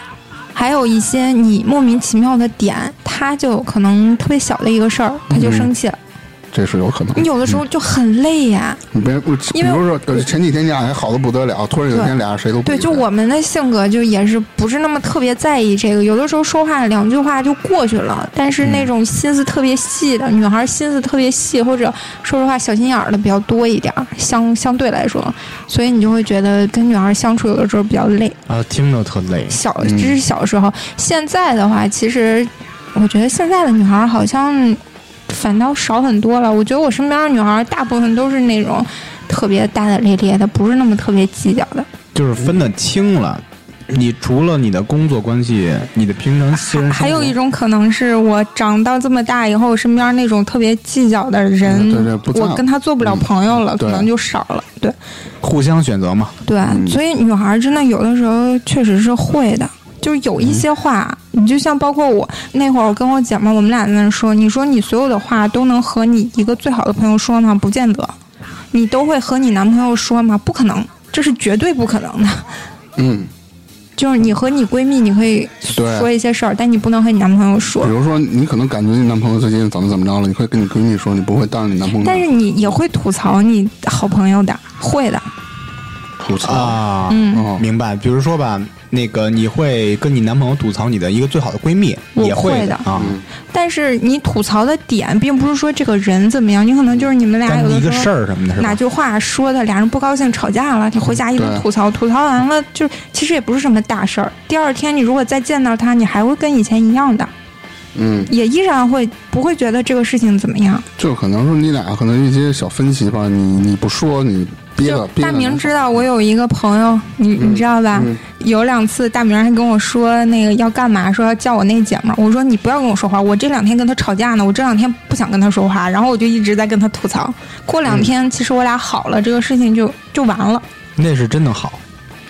S4: 还有一些你莫名其妙的点，他就可能特别小的一个事儿，他就生气了。
S2: 这是有可能。
S4: 你有的时候就很累呀、
S2: 你别，我比
S4: 因为
S2: 如说呃前几天你俩还好的不得了，突然有一天俩人谁都不
S4: 对，
S2: 理
S4: 就
S2: 谁
S4: 我们的性格就也是不是那么特别在意这个，有的时候说话两句话就过去了，但是那种心思特别细的、女孩，心思特别细，或者说实话小心眼儿的比较多一点儿，相相对来说，所以你就会觉得跟女孩相处有的时候比较累。
S1: 啊，听着特累。
S4: 小，
S2: 嗯
S4: 这是小时候。现在的话，其实我觉得现在的女孩儿好像反倒少很多了。我觉得我身边的女孩儿大部分都是那种特别大大咧咧的，不是那么特别计较的，
S1: 就是分得清了。你除了你的工作关系，你的平常私
S2: 嗯
S1: 人生活
S4: 还有一种可能是我长到这么大以后，身边那种特别计较的人，
S2: 嗯对对不在乎
S4: 我跟他做不了朋友了，
S2: 嗯对
S4: 可能就少了。对
S1: 互相选择嘛，
S4: 对，所以女孩儿真的有的时候确实是会的。就是有一些话，你就像包括我那会儿，我跟我姐们儿，我们俩在那儿说，你说你所有的话都能和你一个最好的朋友说吗？不见得，你都会和你男朋友说吗？不可能，这是绝对不可能的。
S2: 嗯，
S4: 就是你和你闺蜜，你可以
S2: 对
S4: 说一些事儿，但你不能和你男朋友说
S2: 比。如说你可能感觉你男朋友最近怎么怎么着了，你会跟你闺蜜说，你不会当着你男朋友
S4: 但是你也会吐槽你好朋友的，会的，
S2: 吐槽。
S1: 啊，
S4: 嗯
S2: 哦
S1: 明白。比如说吧，那个你会跟你男朋友吐槽你的一个最好的闺蜜，
S4: 我
S1: 也
S4: 会
S1: 的
S4: 的
S1: 啊。
S4: 但是你吐槽的点并不是说这个人怎么样，你可能就是你们俩
S1: 但
S4: 有
S1: 是
S4: 的
S1: 一
S4: 时
S1: 个
S4: 候
S1: 事儿什么的，是
S4: 哪
S1: 吧？
S4: 句话说的俩人不高兴吵架了，你回家一
S2: 对
S4: 顿吐槽，吐槽完了就是其实也不是什么大事儿。第二天你如果再见到他，你还会跟以前一样的，
S2: 嗯，
S4: 也依然会不会觉得这个事情怎么样。
S2: 就可能说你俩可能一些小分歧吧，你你不说，你憋
S4: 就
S2: 着憋着
S4: 大
S2: 难受。
S4: 明知道我有一个朋友，你
S1: 嗯
S4: 你知道吧？有两次大明还跟我说那个要干嘛，说要叫我那姐们儿。我说你不要跟我说话，我这两天跟他吵架呢，我这两天不想跟他说话，然后我就一直在跟他吐槽。
S1: 嗯
S4: 过两天其实我俩好了，这个事情就就完了。
S1: 那是真的好，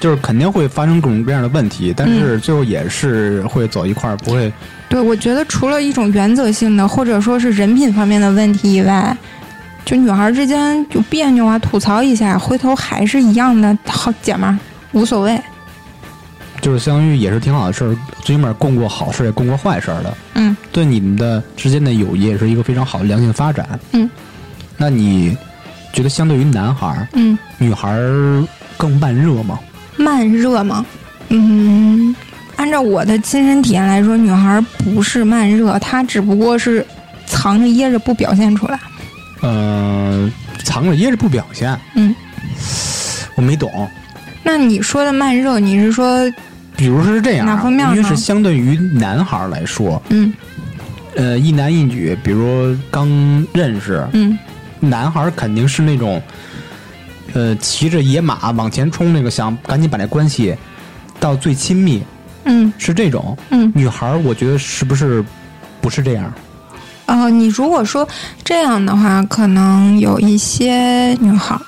S1: 就是肯定会发生各种各样的问题，但是最后也是会走一块儿，不会。
S4: 对，我觉得除了一种原则性的，或者说是人品方面的问题以外，就女孩之间有别扭啊，吐槽一下，回头还是一样的好姐们儿，无所谓。
S1: 就是相当于也是挺好的事儿，最起码共过好事儿，也共过坏事儿的。
S4: 嗯，
S1: 对你们的之间的友谊也是一个非常好的良性发展。
S4: 嗯，
S1: 那你觉得相对于男孩儿，
S4: 嗯，
S1: 女孩儿更慢热吗？
S4: 慢热吗？嗯，按照我的亲身体验来说，女孩不是慢热，她只不过是藏着掖着不表现出来。
S1: 呃，藏着掖着不表现。
S4: 嗯，
S1: 我没懂。
S4: 那你说的慢热，你是说，
S1: 比如说是这样啊，
S4: 哪方面呢
S1: 因为是相对于男孩儿来说，
S4: 嗯
S1: 呃，一男一女，比如刚认识，
S4: 嗯
S1: 男孩儿肯定是那种，呃，骑着野马往前冲那个，想赶紧把这关系到最亲密，
S4: 嗯
S1: 是这种。
S4: 嗯，
S1: 女孩儿，我觉得是不是不是这样？
S4: 呃，你如果说这样的话，可能有一些女孩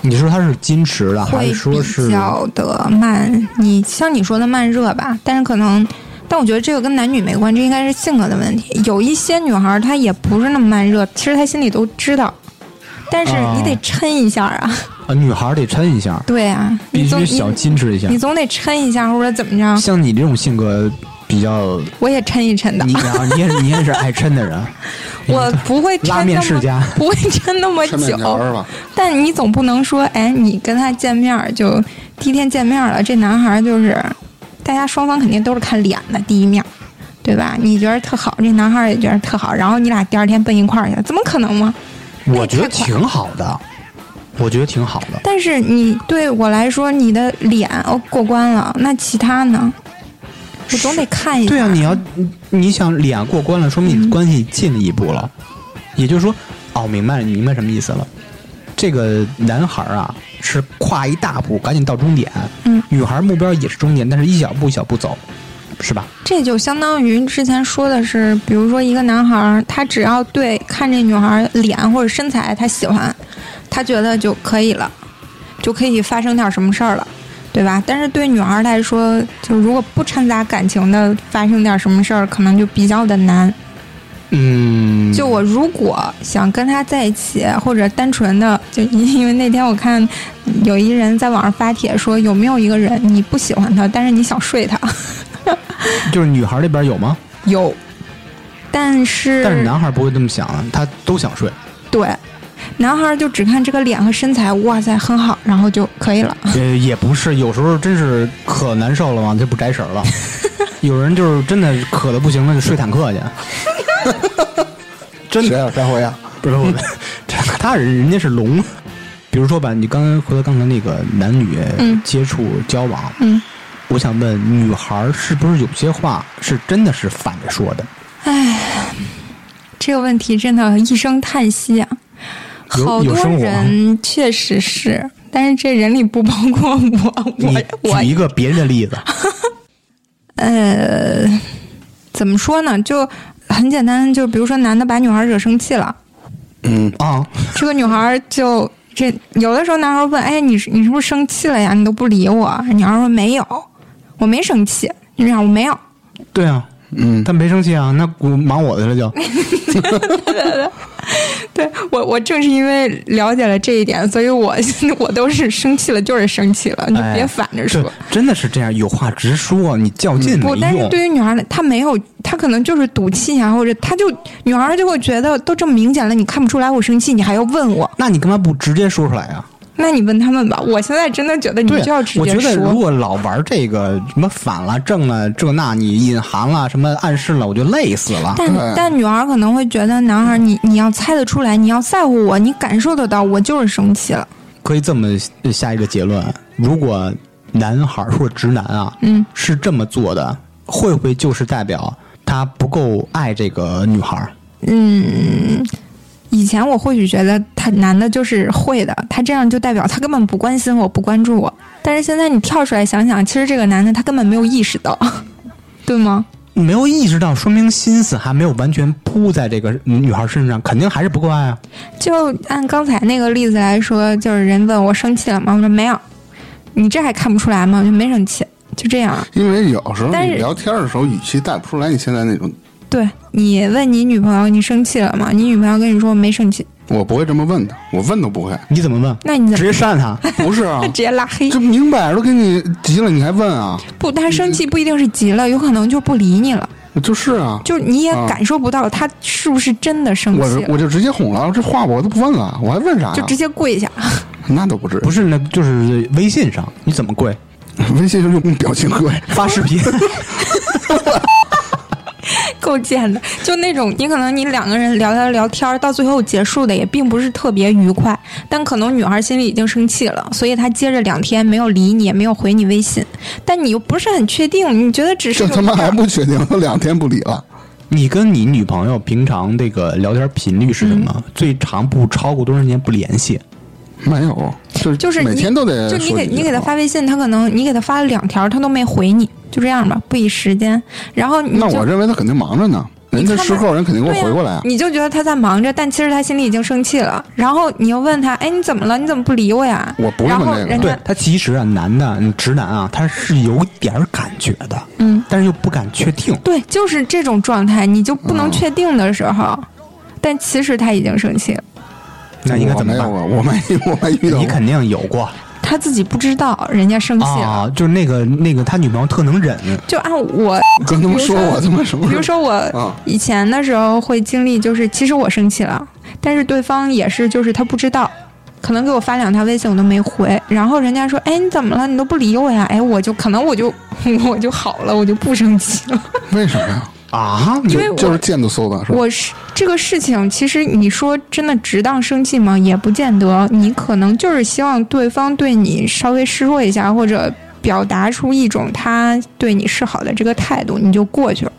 S1: 你说她是矜持的，还
S4: 会
S1: 是说是
S4: 比较的慢，你像你说的慢热吧，但是可能，但我觉得这个跟男女没关系，这应该是性格的问题。有一些女孩儿她也不是那么慢热，其实她心里都知道，但是
S1: 哦
S4: 你得抻一下啊，
S1: 呃，女孩儿得抻一下，
S4: 对啊，
S1: 必
S4: 你总
S1: 须
S4: 你
S1: 小矜持一下
S4: 你。总得抻一下或者怎么着，
S1: 像你这种性格比较，
S4: 我也抻一抻的 <laughs>
S1: 你，啊，你也是你也是爱抻的人，
S4: 我不会抻
S1: 拉面世
S4: 那
S1: 家
S4: 么不会抻那么
S2: 吃面条
S4: 久，
S2: 儿吧，
S4: 但你总不能说，哎，你跟他见面儿就第一天见面儿了，这男孩儿就是，大家双方肯定都是看脸的第一面儿，对吧？你觉得特好，这男孩儿也觉得特好，然后你俩第二天奔一块儿去了，怎么可能吗？
S1: 我觉得
S4: 太快
S1: 挺好的，我觉得挺好的。
S4: 但是你对我来说，你的脸哦过关了，那其他呢？我总得看一下。
S1: 对啊，你要你你想脸过关了，说明你关系进一步了，也就是说，哦，明白了，你明白什么意思了。这个男孩儿啊是跨一大步，赶紧到终点。
S4: 嗯，
S1: 女孩儿目标也是终点，但是一小步一小步走，是吧？
S4: 这就相当于之前说的是，比如说一个男孩儿，他只要对看这女孩儿脸或者身材他喜欢，他觉得就可以了，就可以发生点什么事儿了，对吧？但是对女孩儿来说，就如果不掺杂感情的发生点什么事儿，可能就比较的难。
S1: 嗯，
S4: 就我如果想跟他在一起，或者单纯的，就因因为那天我看有一人在网上发帖说，有没有一个人你不喜欢他，但是你想睡他？
S1: 就是女孩儿这边有吗？
S4: 有，但是
S1: 但是男孩儿不会这么想，他都想睡。
S4: 对，男孩儿就只看这个脸和身材，哇塞，很好，然后就可以了。 <laughs>
S1: 呃，也不是，有时候真是可难受了嘛，就不摘食儿了。有人就是真的渴的不行了，就睡坦克去。真
S2: 谁
S1: 的
S2: 呀？谁回呀？
S1: 不是我，他人人家是龙。比如说吧，你刚才回到刚才那个男女
S4: 嗯
S1: 接触交往，
S4: 嗯，
S1: 我想问，女孩儿是不是有些话是真的是反着说的？
S4: 这个问题真的，一声叹息啊！
S1: 有
S4: 好
S1: 有
S4: 多
S1: 生活吗
S4: 人确实是，但是这人里不包括我，
S1: 你
S4: 我我
S1: 举一个别人的例子，
S4: 呃，怎么说呢？就很简单，就比如说男的把女孩惹生气了，
S2: 嗯，
S1: 啊，
S4: 这个女孩儿就这有的时候男孩儿问，哎，你是你是不是生气了呀？你都不理我。女孩儿说没有，我没生气。女孩儿我没有，
S1: 对啊，
S2: 嗯，
S1: 他没生气啊，那我忙我的了就。
S4: <laughs> 对我，我正是因为了解了这一点，所以我 <laughs> 我都是生气了，就是生气了，你就
S1: 哎
S4: 别反着说。嗯
S1: 这真的是这样，有话直说，你较劲没
S4: 不，但是
S1: 用。
S4: 对于女孩来，她没有，她可能就是赌气啊，或者她就女孩就会觉得都这么明显了，你看不出来我生气，你还要问我？
S1: 那你干嘛不直接说出来啊？
S4: 那你问他们吧。我现在真的觉得你
S1: 对
S4: 就要直
S1: 我
S4: 接
S1: 觉得如
S4: 说。
S1: 果老玩这个什么反了、正了、这那，你隐含了什么暗示了，我就累死了。
S4: 但
S2: 哎
S4: 但女孩可能会觉得男孩你你要猜得出来，你要在乎我，你感受得到，我就是生气了。
S1: 可以这么下一个结论：如果男孩儿或直男啊，
S4: 嗯，
S1: 是这么做的，会不会就是代表他不够爱这个女孩儿？
S4: 嗯，以前我或许觉得他男的就是会的，他这样就代表他根本不关心我，不关注我。但是现在你跳出来想想，其实这个男的他根本没有意识到， <laughs> 对吗？
S1: 没有意识到，说明心思还没有完全扑在这个女孩儿身上，肯定还是不够爱啊。
S4: 就按刚才那个例子来说，就是人问我生气了吗？我说没有，你这还看不出来吗？我就没生气，就这样。啊
S2: 因为有时候
S4: 但是
S2: 你聊天的时候语气带不出来你现在那种，
S4: 对你问你女朋友你生气了吗？你女朋友跟你说我没生气，
S2: 我不会这么问的，我问都不
S4: <laughs>
S2: 会。
S1: 你怎么问？
S4: 那你怎
S1: 直
S4: 么，
S1: 接扇他。
S2: 不是啊
S4: 直接拉黑？
S2: 这明摆着都跟你急了，你还问啊？
S4: 不，他生气不一定是急了，有可能就不理你了。
S2: 就是啊，
S4: 就是你也
S2: 啊
S4: 感受不到他是不是真的生
S2: 我
S4: 气了，
S2: 我就直接哄了，这话我都不问了，我还问啥呀
S4: 就？直接跪下。 <laughs>
S2: 那都不至于，
S1: 不是，那就是微信上，你怎么跪？
S2: 微信就用表情
S4: <laughs>
S2: 跪。
S1: 发视 <laughs> 频，
S4: 够贱的，就那种你可能你两个人聊聊聊天儿，到最后结束的也并不是特别愉快，但可能女孩心里已经生气了，所以她接着两天没有理你，也没有回你微信，但你又不是很确定，你觉得只是
S2: 这
S4: 个
S2: 他妈
S4: 面
S2: 还
S4: 儿
S2: 不确定，都两天不理了。
S1: 你跟你女朋友平常这个聊天频率是什么？最长不超过多长时间不联系？
S2: 没有，就是
S4: 就是
S2: 每
S4: 你
S2: 天都得
S4: 就
S2: 说
S4: 你给
S2: 几句
S4: 你给他
S2: 话
S4: 发微信，他可能你给他发了两条，他都没回你，就这样吧，不以时间。然后你
S2: 那
S4: 就
S2: 我认为他肯定忙着呢，人家
S4: 看
S2: 事
S4: 吧
S2: 后人肯定给我
S4: 对
S2: 回过来啊
S4: 呀，你就觉得他在忙着，但其实他心里已经生气了。然后你又问他，哎，你怎么了？你怎么不理我呀？
S2: 我不是
S4: 然
S2: 问
S4: 后
S2: 这个
S4: 人
S1: 对
S4: 家
S1: 他其实啊，男的嗯直男啊，他是有点儿感觉的，
S4: 嗯，
S1: 但是又不敢确定。
S4: 对，就是这种状态，你就不
S2: 嗯
S4: 能确定的时候，但其实他已经生气了，
S1: 那应该怎么
S2: 我没
S1: 办
S2: 有？啊？我没我没遇到
S1: 你
S2: 过。
S1: 肯定有过
S4: 他自己不知道人家生气了。
S1: 啊，就是那个那个他女朋友特能忍，
S4: 就按我，
S2: 跟他们说我他妈什么？
S4: 比如，说我
S2: 啊
S4: 以前的时候会经历，就是其实我生气了，但是对方也是，就是他不知道。可能给我发两条微信我都没回，然后人家说：“哎，你怎么了？你都不理我呀？”哎，我就可能我就 <laughs> 我就好了，我就不生气了。
S2: 为什么呀？
S1: 啊，
S4: 因
S1: 你
S4: 为我
S2: 就是见度搜的是吧？
S4: 我是这个事情，其实你说真的值当生气吗？也不见得，你可能就是希望对方对你稍微示弱一下，或者表达出一种他对你示好的这个态度，你就过去了。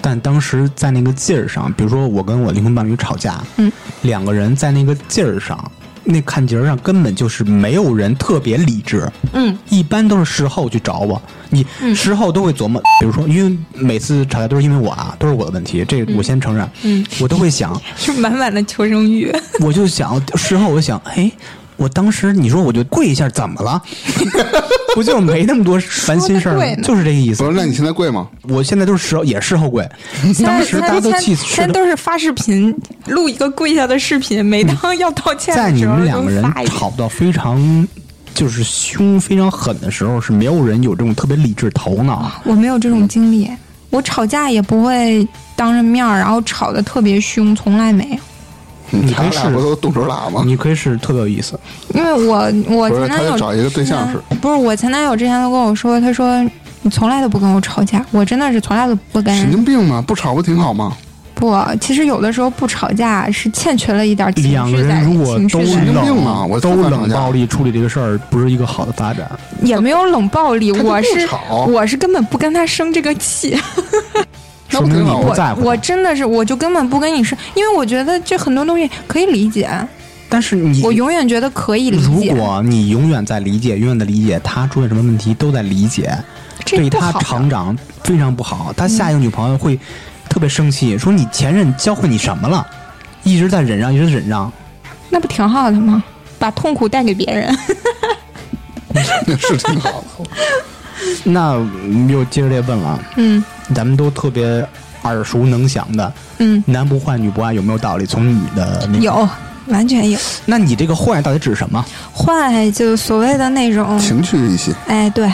S1: 但当时在那个劲儿上，比如说我跟我灵魂伴侣吵架，
S4: 嗯，
S1: 两个人在那个劲儿上，那看节儿上根本就是没有人特别理智，
S4: 嗯，
S1: 一般都是事后去找我，你事后都会琢磨，比如说，因为每次吵架都是因为我啊，都是我的问题，这我先承认，嗯，我都会
S4: <laughs>
S1: 想，
S4: 是满满的求生欲。
S1: 我就想事后我想，哎，我当时你说我就跪一下，怎么
S4: <laughs>
S1: 了？不就没那么多烦心事儿
S4: 说得
S1: 吗
S4: 对？呢
S1: 就是这个意思
S2: 不。是，那你现在贵吗？
S1: 我现在都是事后也事后跪，当时大家都气死
S4: 现在都是发视频，录一个跪下的视频，每当要道歉
S1: 在
S4: 的
S1: 你
S4: 时候
S1: 们两个
S4: 就
S1: 人
S4: 发一个。
S1: 吵到非常就是凶、非常狠的时候，是没有人有这种特别理智头脑。
S4: 我没有这种经历，我吵架也不会当着面儿，然后吵得特别凶，从来没有。
S1: 你
S2: 他
S1: 可以
S2: 俩
S1: 试
S2: 不都动手打吗？
S1: 你可以试，特别有意思。
S4: 因为我我
S2: 不是
S4: 前男
S2: 他
S4: 友
S2: 得找一个对象是
S4: 不是我前男友之前都跟我说，他说你从来都不跟我吵架，我真的是从来都不跟
S2: 神
S4: 人
S2: 经病吗？不吵不挺好吗？
S4: 不。其实有的时候不吵架是欠缺了一点情
S1: 两个
S4: 绪在，
S1: 人如果
S4: 情
S1: 都
S4: 绪在
S2: 神经病
S1: 冷
S2: 嘛我
S1: 都
S2: 就不敢
S1: 冷
S2: 吵架
S1: 暴力处理这个事儿，不是一个好的发展。
S4: 也没有冷暴力，
S2: 他就
S4: 我
S2: 不
S4: 是
S2: 吵 <laughs>
S4: 我是根本不跟他生这个气，
S2: 那
S1: 说
S2: 不
S1: 明
S2: 挺
S1: 你
S2: 好
S1: 不
S2: 吗？
S1: 在乎
S4: 我
S1: 他。
S4: 真的是我就根本不跟你生，因为我觉得这很多东西可以理解，
S1: 但是你
S4: 我永远觉得可以理
S1: 如
S4: 解，
S1: 果你永远在理解，永远的理解他出现什么问题都在理解，
S4: 这
S1: 对
S4: 不
S1: 他
S4: 好啊的
S1: 成长非常不好。他下一个女朋友会特别生气，说你前任教会你什么了？一直在忍让，一直忍让，
S4: 那不挺好的吗？把痛苦带给别人，
S2: 是挺好的。
S4: <laughs>
S1: 那嗯又接着这问了，
S4: 嗯
S1: 咱们都特别耳熟能详的
S4: 嗯，
S1: “男不坏，女不爱”有没有道理？从你的那个，
S4: 有完全有。
S1: 那你这个坏到底指什么？
S4: 坏就所谓的那种，
S2: 情趣一些，
S4: 哎，对，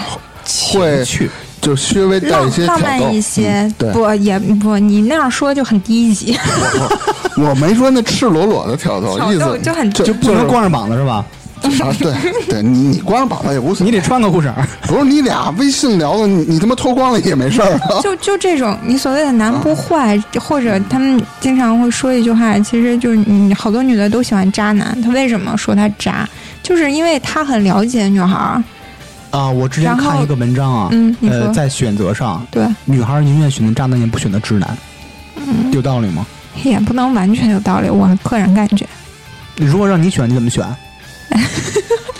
S2: 会
S1: 去
S2: 就稍微带一
S4: 浪
S2: 些挑
S4: 浪
S2: 逗
S4: 漫一些，
S2: 嗯对，
S4: 不也不，你那样说就很
S2: <laughs>
S4: 低级，
S2: 我我没说那赤裸裸的挑
S4: <laughs>
S2: 逗，
S4: 挑
S2: 意
S4: 逗
S2: 思
S4: 就很
S1: 就不
S2: 是
S1: 能光着膀子是 <laughs> 吧？
S2: 啊，对对，你你光着膀子也无所
S1: 你
S2: 谓，
S1: 得穿个裤衩儿。
S2: 不是你俩微信聊的，你你他妈脱光了也没事儿啊。
S4: 就就这种，你所谓的男不坏，或者他们经常会说一句话，其实就是你好多女的都喜欢渣男，她为什么说他渣？就是因为他很了解女孩儿，
S1: <laughs> 啊，我之前
S4: 然后
S1: 看一个文章啊，
S4: 嗯你
S1: 呃，
S4: 说
S1: 在选择上，
S4: 对，
S1: 女孩儿宁愿选择渣男，也不选择直男，
S4: 嗯
S1: 有道理吗？
S4: 也不能完全有道理，我个人感觉
S1: 如果让你选，你怎么选？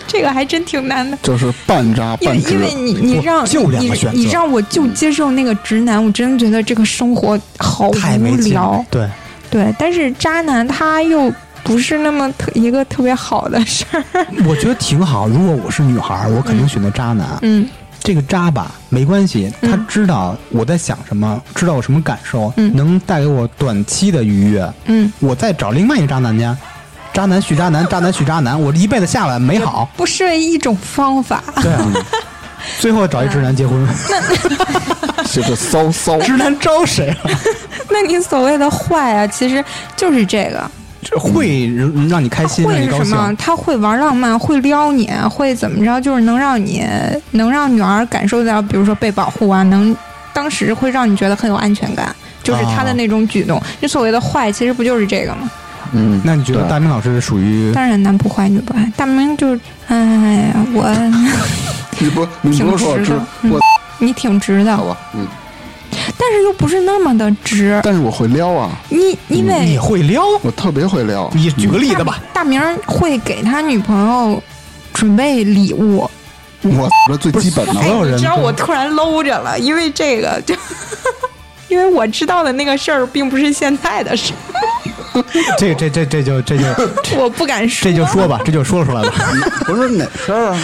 S4: 这个还真挺难的。
S2: 就是半渣
S4: 因为
S2: 半直
S4: 因，为你你
S1: 我
S4: 让
S1: 就两个选择
S4: 你，你让我就接受那个直男，我真觉得这个生活好
S1: 太
S4: 无
S1: 没劲
S4: 聊
S1: 了。。对，
S4: 对，但是渣男他又不是那么特一个特别好的事儿。
S1: 我觉得挺好。如果我是女孩儿，我肯定选择渣男。
S4: 嗯
S1: 这个渣吧，没关系，他知道我在想什么，知道我什么感受，
S4: 嗯
S1: 能带给我短期的愉悦。
S4: 嗯，
S1: 我再找另外一个渣男去，渣男续渣男，渣男续渣男，我这一辈子下来没好。
S4: <laughs> <laughs> 不失为一种方法。
S1: 对啊，最后找一直男结
S4: <laughs>
S1: 婚，
S2: 就是骚骚。
S1: 直男招谁啊？
S4: 那你所谓的坏啊，其实就是这个。
S1: 这会让你开心，让
S4: 会
S1: 你
S4: 是
S1: 高
S4: 什
S1: 兴？。
S4: 么
S1: 啊
S4: 他会玩浪漫，会撩你，会怎么着？就是能让你能让女儿感受到，比如说被保护啊，能当时会让你觉得很有安全感，就是他
S1: 啊
S4: 的那种举动。你所谓的坏，其实不就是这个吗？
S2: 嗯，
S1: 那你觉得大明老师属于
S4: 当然，男不坏，女不爱。大明就是，哎呀，我
S2: 你不你不
S4: 挺
S2: 用说我
S4: 直
S2: 知
S4: 的，嗯
S2: 我
S4: 你挺直的
S2: 好，吧，嗯，
S4: 但是又不是那么的直。
S2: 但是我会撩啊，
S4: 你
S1: 你
S4: 因为
S1: 会撩？
S2: 我特别会撩。啊
S1: 你举个例子
S4: 大 <laughs>
S1: 吧。
S4: 大明会给他女朋友准备礼物，
S2: 嗯我的最基本
S1: 所
S2: 的，
S1: 有
S4: 哎你
S1: 人
S4: 知道
S1: 都
S4: 我突然搂着了，因为这个就。 <laughs> 因为我知道的那个事儿并不是现在的事，
S1: 这这这这就这就
S4: <laughs> 我不敢说。
S1: 这就说吧，这就说出
S4: <laughs>
S1: 来吧。
S2: 不是哪事儿啊？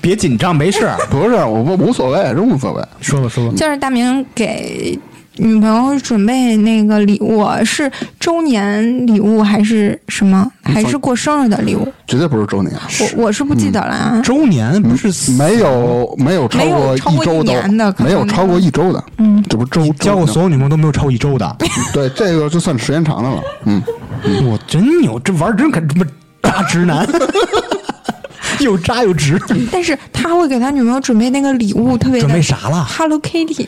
S1: 别紧张，没
S4: <laughs>
S1: 事儿。
S2: 不是，啊我不无所谓，真无所谓。
S1: 说吧说吧，
S4: 就是大明给女朋友准备那个礼物是周年礼物还是什么？还是过生日的礼物？
S2: 绝对不是周年，
S4: 我我是不记得了啊。
S1: 周年不是
S2: 没有没有超
S4: 没有
S2: 过
S4: 超过
S2: 周
S4: 一年的可
S2: 没有
S4: 能
S2: 超过一周的，嗯，这不是周
S1: 你交过
S2: 周
S1: 所有女朋友都没有超过一周的。
S2: 对这个就算时间长的了，嗯，
S1: <laughs> 我真牛，这玩儿真可他妈大直男， <laughs> 又渣又直。
S2: 嗯
S4: 但是他会给他女朋友准备那个礼物，特别的
S1: 准备啥了？
S4: ？Hello Kitty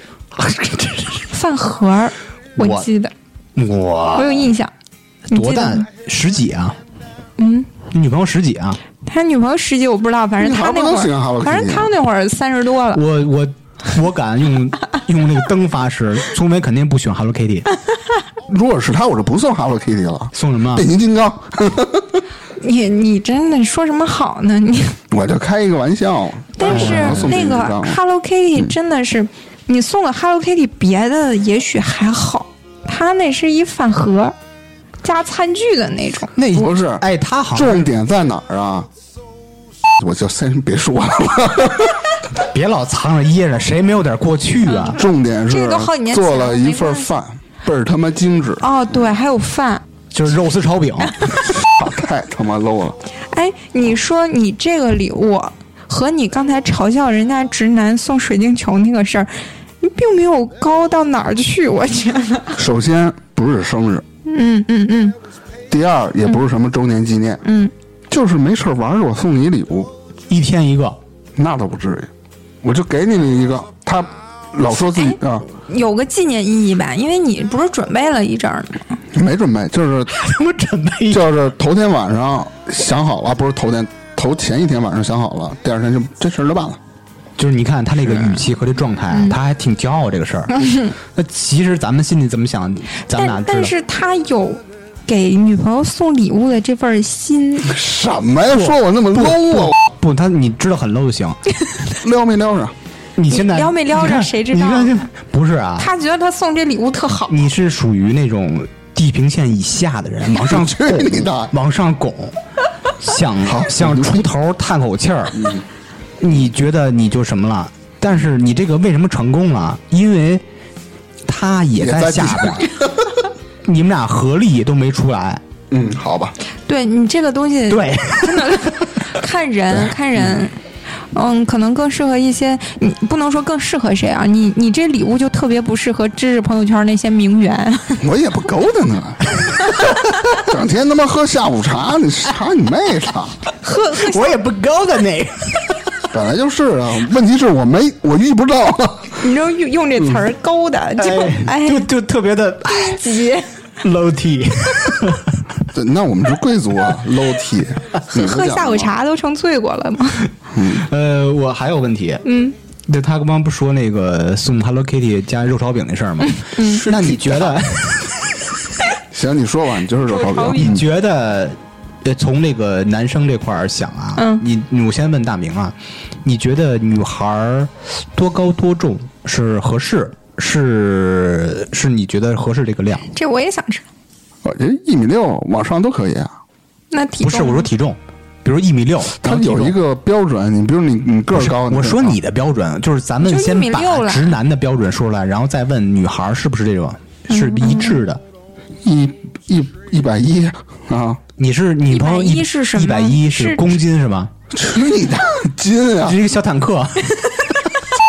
S4: 饭盒儿，我
S1: 我
S4: 记得，
S1: <laughs>
S4: 我
S2: 啊
S1: 我
S4: 有印象。你
S1: 多
S4: 记得
S1: 大
S4: 吗？
S1: 十几啊？嗯，你女朋友十几啊？
S4: 他女朋友十几我不知道，反正
S2: 你好
S4: 他
S2: 像
S4: 那
S2: 不能喜欢
S4: 会
S2: Hello
S4: 儿，
S2: Kitty
S4: 反正他那会儿三十多了。
S1: 我我我敢用用那个灯发誓，聪梅肯定不喜欢 Hello Kitty，哎
S2: 如果是他，我就不送 Hello Kitty 了，
S1: 送什么
S2: 变？形金刚，
S4: 你你真的说什么好
S2: <laughs>
S4: 呢？你
S2: 我就开一个玩笑。
S4: 但是
S2: 然后送
S4: 那
S2: 进去
S4: 个
S2: 知道吗嗯
S4: Hello Kitty 真的是，你送个 Hello Kitty 别的也许还好，它那是一饭盒，加餐具的那种。
S1: 那
S2: 不是
S1: 哎，他好像
S2: 重点在哪儿啊？我就先别说了。
S1: 别老藏着掖着，谁没有点过去啊？
S2: 重点是
S4: 这个都好几年前了
S2: 做了一份饭，倍儿他妈精致，
S4: 哦，对，还有饭。
S1: 就是肉丝炒 <laughs> 饼，
S2: 太他妈 low 了。
S4: 哎，你说你这个礼物和你刚才嘲笑人家直男送水晶球那个事儿，你并没有高到哪儿去，我觉得。
S2: 首先不是生日，
S4: 嗯嗯嗯
S2: 第二也不是什么周年纪念，
S4: 嗯，
S2: 就是没事儿玩儿我送你礼物，
S1: 一天一个， <laughs>
S2: 那倒不至于。我就给你了一个，他老说自己
S4: 哎
S2: 啊
S4: 有个纪念意义吧，因为你不是准备了一阵儿呢吗？
S2: 没准备，就是 <laughs>
S1: 他妈准备一
S2: 就是头天晚上想好了，不是头天头前一天晚上想好了，第二天就这事儿就办
S4: <laughs>
S2: 了。
S1: 就是你看他那个语气和这状态
S4: 嗯
S1: 啊，他还挺骄傲这个事
S4: <laughs>
S1: 儿。那其实咱们心里怎么想，咱们俩
S4: 但但
S1: 知道。
S4: 是他有给女朋友送礼物的这份心，
S2: 什么呀？说我那么 low 啊？
S1: 不，他你知道很 low 就
S4: <laughs>
S1: 行。
S2: 撩没撩上？
S1: 你现在
S4: 撩没撩着
S1: 你看
S4: 谁知道
S1: 你看这不是啊，
S4: 他觉得他送这礼物特好。
S1: 你是属于那种地平线以下的
S4: <laughs>
S1: 人，往上
S2: 去
S1: 拱
S2: <laughs> 你的，
S1: 往上拱，想
S2: 好
S1: 想出头叹口气儿，
S4: 嗯
S1: 你觉得你就什么了？但是你这个为什么成功了？因为他也
S2: 也在
S1: 在
S2: 地下
S1: 下边儿，你们俩合力都没出
S4: <laughs>
S1: 来。
S2: 嗯，好吧，
S4: 对你这个东西，
S1: 对，
S4: <laughs> 看人看人，嗯，可能更适合一些，你不能说更适合谁啊，你你这礼物就特别不适合知识朋友圈那些名媛。 <laughs>
S2: 我也不勾搭 <laughs> 呢，整天他妈喝下午茶，你茶你妹茶！
S1: <laughs> 我也不高的那 <laughs> 个。
S2: 本来就是啊，问题是我没我遇不到，
S4: <laughs>
S2: <laughs>
S4: 你知道用用这词儿勾搭，就哎
S1: 就就特别的
S4: 急。
S1: low T，
S2: 对那我们是贵族 <laughs> 啊，low T，你
S4: 喝下午，茶都成罪过了吗？ <laughs>
S1: 呃，我还有问题，嗯，对他刚刚不说那个送 Hello Kitty 加肉炒饼那事儿吗？嗯，那你觉得？
S2: 行，你说吧，嗯你就是肉
S4: 肉
S2: 炒
S4: 炒
S2: 饼
S4: 饼，
S1: 你 <laughs> 觉得，呃，从那个男生这块儿想啊，
S4: 嗯
S1: 你你我先问大明啊，你觉得女孩儿多高多重是合适？是是你觉得合适这个量？
S4: 这我也想吃。
S2: 我这一米六往上都可以啊。
S4: 那体
S1: 不是，
S4: 重
S1: 我说体重，比如一米六，
S2: 它
S1: 然后体
S2: 有
S1: 重
S2: 一。个标准，你比如你你个
S1: 不
S2: 儿
S1: 是，
S2: 高，
S1: 我
S2: 可以
S1: 说
S2: 高
S1: 你的标准就是咱们
S4: 就
S1: 先
S4: 1.6
S1: 把
S4: 了
S1: 直男的标准说出来，然后再问女孩儿是不是这种是一致的。
S2: 一一一百一啊，
S1: 你是你朋友
S4: 110是什么
S1: 一百一是
S4: 是
S1: 公斤是吧？
S2: 去你的 <laughs> 金啊
S1: 这！是一个小坦克。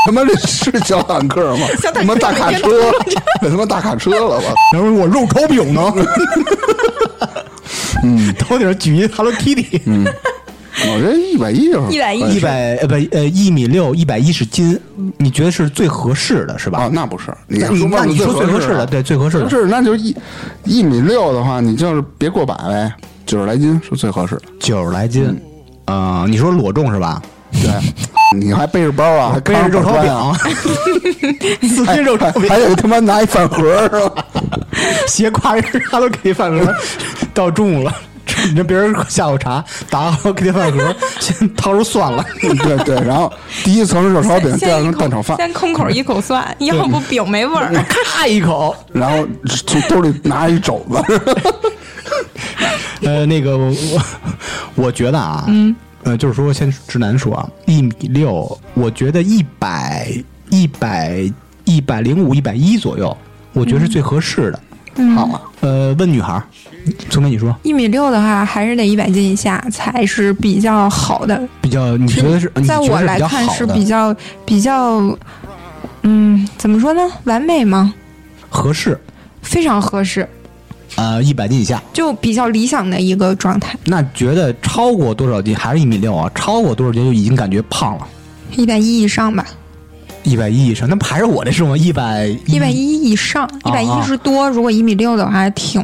S2: 他妈这是小坦克吗？
S4: <laughs> 小坦克
S2: 他妈大卡车， <laughs> 这他妈大卡车了吧？
S1: 然后说我肉炒饼呢，嗯， <laughs> 头顶上举一 Hello Kitty，
S2: 我这一百一就是
S4: 110
S1: 一百呃不呃一米六一百一十斤，你觉得是最合适的是吧？
S2: 啊，那不是你
S1: 那你那
S2: 万
S1: 你说最合适的，对最合适
S2: 不
S1: 的
S2: 是那就一一米六的话，你就是别过百呗，九十来斤是最合适的。
S1: 九十来斤，啊，你说裸重是吧？
S2: 对， <laughs> 你还背着包啊，还
S1: 背着肉
S2: 扛
S1: 炒
S2: 板砖啊，
S1: 饼， <laughs> 四
S2: 还
S1: 斤肉炒饼
S2: 还，得他妈拿一饭盒是
S4: <laughs>
S2: 吧？
S1: <laughs> 斜挎着 Hello Kitty 饭盒，到中午了。 <laughs> 吃你这别人喝下午茶打 Hello Kitty 饭盒， <laughs> 先掏出蒜了。
S2: 对对，然后第一层是肉炒饼，第
S4: 先
S2: 二
S4: 一
S2: 层
S4: 口
S2: 蛋炒饭，
S4: 先空口一口蒜，要不饼没味儿。
S1: 咔一口，
S2: 然后从兜里拿一肘子， <laughs>
S1: 呃，那个我我我觉得啊，嗯，呃，就是说先直男说啊，一米六，我觉得一百一百一百零五一百一左右，我
S4: 嗯
S1: 觉得是最合适的。
S2: 好了，
S1: 呃，问女孩儿，聪明你说
S4: 一米六的话，还是得一百斤以下才是比较好的。
S1: 比较，你觉得是？你
S4: 在
S1: 觉得
S4: 我
S1: 是
S4: 来
S1: 较
S4: 看
S1: 好
S4: 是
S1: 的
S4: 比较比较，嗯，怎么说呢？完美吗？
S1: 合适，
S4: 非常合适，
S1: 呃，一百斤以下。
S4: 就比较理想的一个状态。
S1: 那觉得超过多少斤还是一米六啊？超过多少斤就已经感觉胖了。
S4: 一百一以上吧，
S1: 一百一以上，那不还是我这种一百
S4: 一百一以上，一百一十多。如果一米六的话，还挺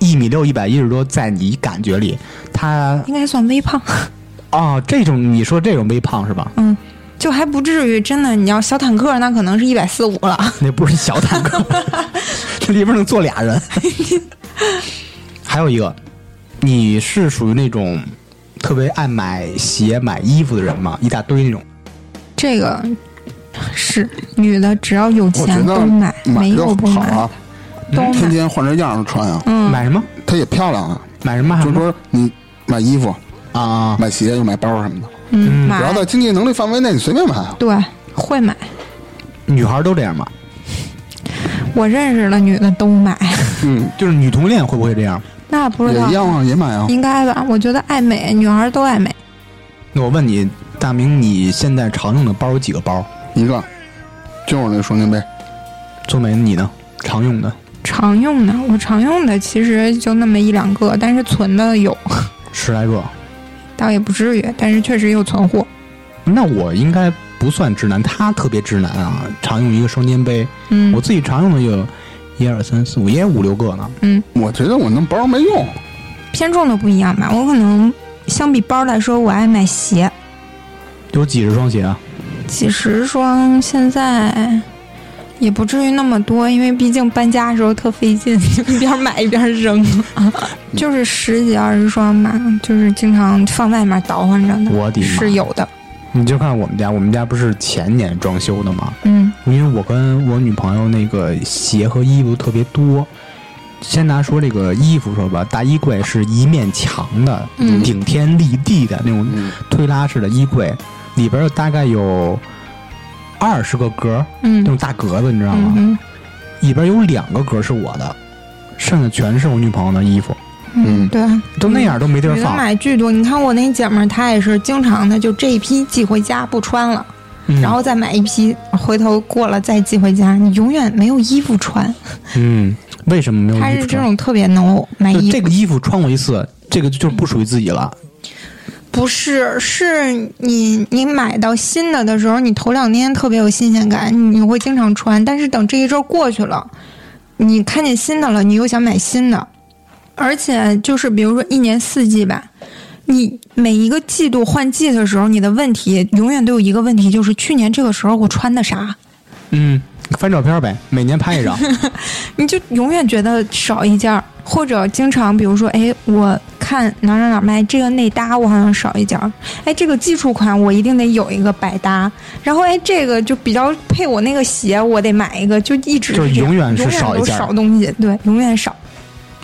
S1: 一米六一百一十多，在你感觉里，他
S4: 应该算微胖， <laughs>
S1: 哦，这种你说这种微胖是吧？
S4: 嗯，就还不至于真的。你要小坦克，那可能是一百四五了。
S1: 那不是小坦
S4: <laughs>
S1: 克，这里边能坐俩人。还有一个，你是属于那种特别爱买鞋、买衣服的人吗？一大堆那种。
S4: 这个是女的，只要有
S2: 我觉
S4: 钱
S2: 得
S4: 都买，没有
S2: 就
S4: 不
S2: 好
S4: 买的
S2: 啊，，
S4: 都
S2: 天
S4: 买。
S2: 天换着样儿穿啊，
S4: 嗯，
S1: 买什么？
S2: 它也漂亮啊。
S1: 买什么？
S2: 就是说你买衣服、
S1: 啊，
S2: 买鞋就买包什么的，
S4: 嗯，
S2: 只要
S4: 买
S2: 在经济能力范围内，你随便买啊。
S4: 对会买。
S1: 女孩都这样吗？
S4: 我认识的女的都买，
S2: 嗯，
S1: 就是女同恋会不会这样？
S4: 那不知
S2: 也
S4: 道
S2: 一，样啊，也
S1: 嗯
S2: 买啊。
S4: 应该吧？我觉得爱美，女孩都爱美。
S1: 那我问你，大明，你现在常用的包有几个包？
S2: 一个就是那双肩背，
S1: 宗美，你呢？常用的
S4: 常用的，我常用的其实就那么一两个，但是存的有，
S1: 十来个。
S4: 倒也不至于，但是确实有存货。
S1: 那我应该不算直男，他特别直男啊，常用一个双肩背。
S4: 嗯
S1: 我，自己常用的有一二三四五，也有五六个呢。
S2: 我觉得我那包没用，
S4: 偏重的不一样吧，我可能相比包来说，我爱买鞋，
S1: 有几十双鞋啊？
S4: 几十双，现在也不至于那么多，因为毕竟搬家的时候特费劲， <laughs> 就一边买一边
S1: <laughs>
S4: 扔，就是十几二十双吧，就是经常放外面倒换着的，
S1: 我的妈！
S4: 嗯是有的。
S1: 你就看我们家，我们家不是前年装修的吗？
S4: 嗯
S1: 因为我跟我女朋友那个鞋和衣服特别多。先拿说这个衣服说吧，大衣柜是一面墙的，
S4: 嗯
S1: 顶天立地的那种
S2: 嗯，
S1: 推拉式的衣柜，里边儿大概有二十个格儿，那
S4: 嗯
S1: 种大格子，你知道吗？
S4: 嗯
S1: 里边有两个格儿是我的，剩下全是我女朋友的衣服，
S4: 嗯，
S2: 嗯
S4: 对。
S1: 都那样都没地儿
S4: 女的
S1: 放。
S4: 买巨多，你看我那姐们儿，她也是经常的，就这一批寄回家不穿了，
S1: 嗯
S4: 然后再买一批，回头过了再寄回家，你永远没有衣服穿。
S1: 嗯，为什么没
S4: 她
S1: 有衣
S4: 是
S1: 服
S4: 这
S1: 穿？
S4: 种特别能买
S1: 就
S4: 衣服
S1: 这，个衣服穿过一次，这个就是不属于自己了。
S4: 不是，是你你买到新的的时候，你头两天特别有新鲜感，你你会经常穿，但是等这一周过去了，你看见新的了，你又想买新的，而且就是比如说一年四季吧，你每一个季度换季的时候，你的问题永远都有一个问题，就是去年这个时候我穿的啥，
S1: 嗯，翻照片呗，每年拍一张。
S4: 你就永远觉得少一件儿，或者经常比如说，哎，我看哪儿哪儿哪儿卖这个内搭，我好像少一件儿，哎，这个基础款我一定得有一个百搭，然后哎，这个就比较配我那个鞋，我得买一个，就一直
S1: 就是
S4: 这样
S1: 永远是
S4: 永远
S1: 少一
S4: 都
S1: 件儿
S4: 少东西，对，永远少，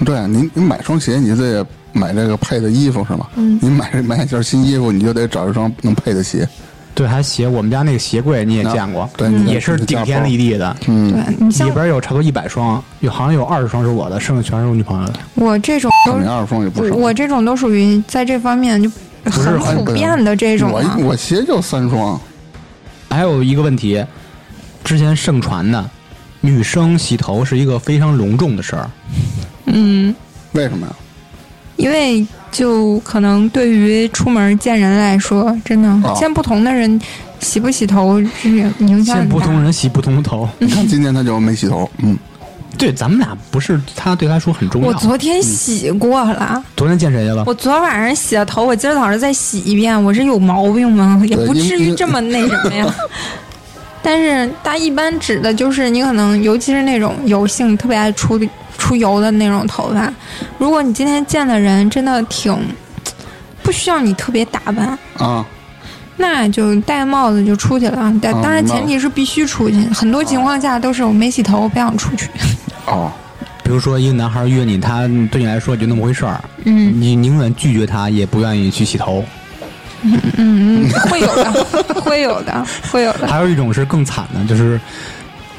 S2: 对啊你你买双鞋，你得买这个配的衣服是吗？
S4: 嗯
S2: 你买买一件新衣服，你就得找一双能配的鞋。
S1: 对，还鞋，我们家那个鞋柜你也见过，
S2: 对，你得
S1: 也是顶天立。地的，
S2: 嗯
S4: 对，你像
S1: 里边有差不多一百双，有好像有二十双是我的，剩下全是我女朋友的。
S4: 我这种
S2: 你
S4: 都，
S2: 二十双也不少。
S4: 我这种都属于在这方面就
S1: 是
S4: 很
S1: 很
S4: 普遍的这种啊
S2: 我，我鞋就三双，
S1: 还有一个问题，之前盛传的，女生洗头是一个非常隆重的事儿。
S4: 嗯。
S2: 为什么呀？
S4: 因为就可能对于出门见人来说，真的
S2: 哦
S4: 见不同的人，洗不洗头是影响
S1: 见
S4: 很
S1: 不同
S4: 大。
S1: 人洗不同头。
S2: 你
S4: <laughs>
S2: 看今天他就没洗头，嗯，
S1: 对，咱们俩不是他对他说很重要。嗯啊
S4: 我昨天洗过了，
S1: 昨天见谁去了？
S4: 我昨晚上洗的头，我今儿早上再洗一遍，我是有毛病吗？ <laughs> 也不至于这么那什么呀。但是它一般指的就是你可能，尤其是那种油性特别爱出出油的那种头发，如果你今天见的人真的挺不需要你特别打扮，
S2: 啊，
S4: 那就戴帽子就出去了，但
S2: 啊
S4: 当然
S2: 明白
S4: 前提是必须出去。很多情况下都是我没洗头，我不想出
S2: <laughs>
S4: 去。
S2: 哦，
S1: 比如说一个男孩约你，他对你来说就那么回事儿，
S4: 嗯
S1: 你宁愿拒绝他，也不愿意去洗
S4: <laughs>
S1: 头。
S4: 嗯嗯，会有的， <laughs> 会有的，会有的。
S1: 还有一种是更惨的，就是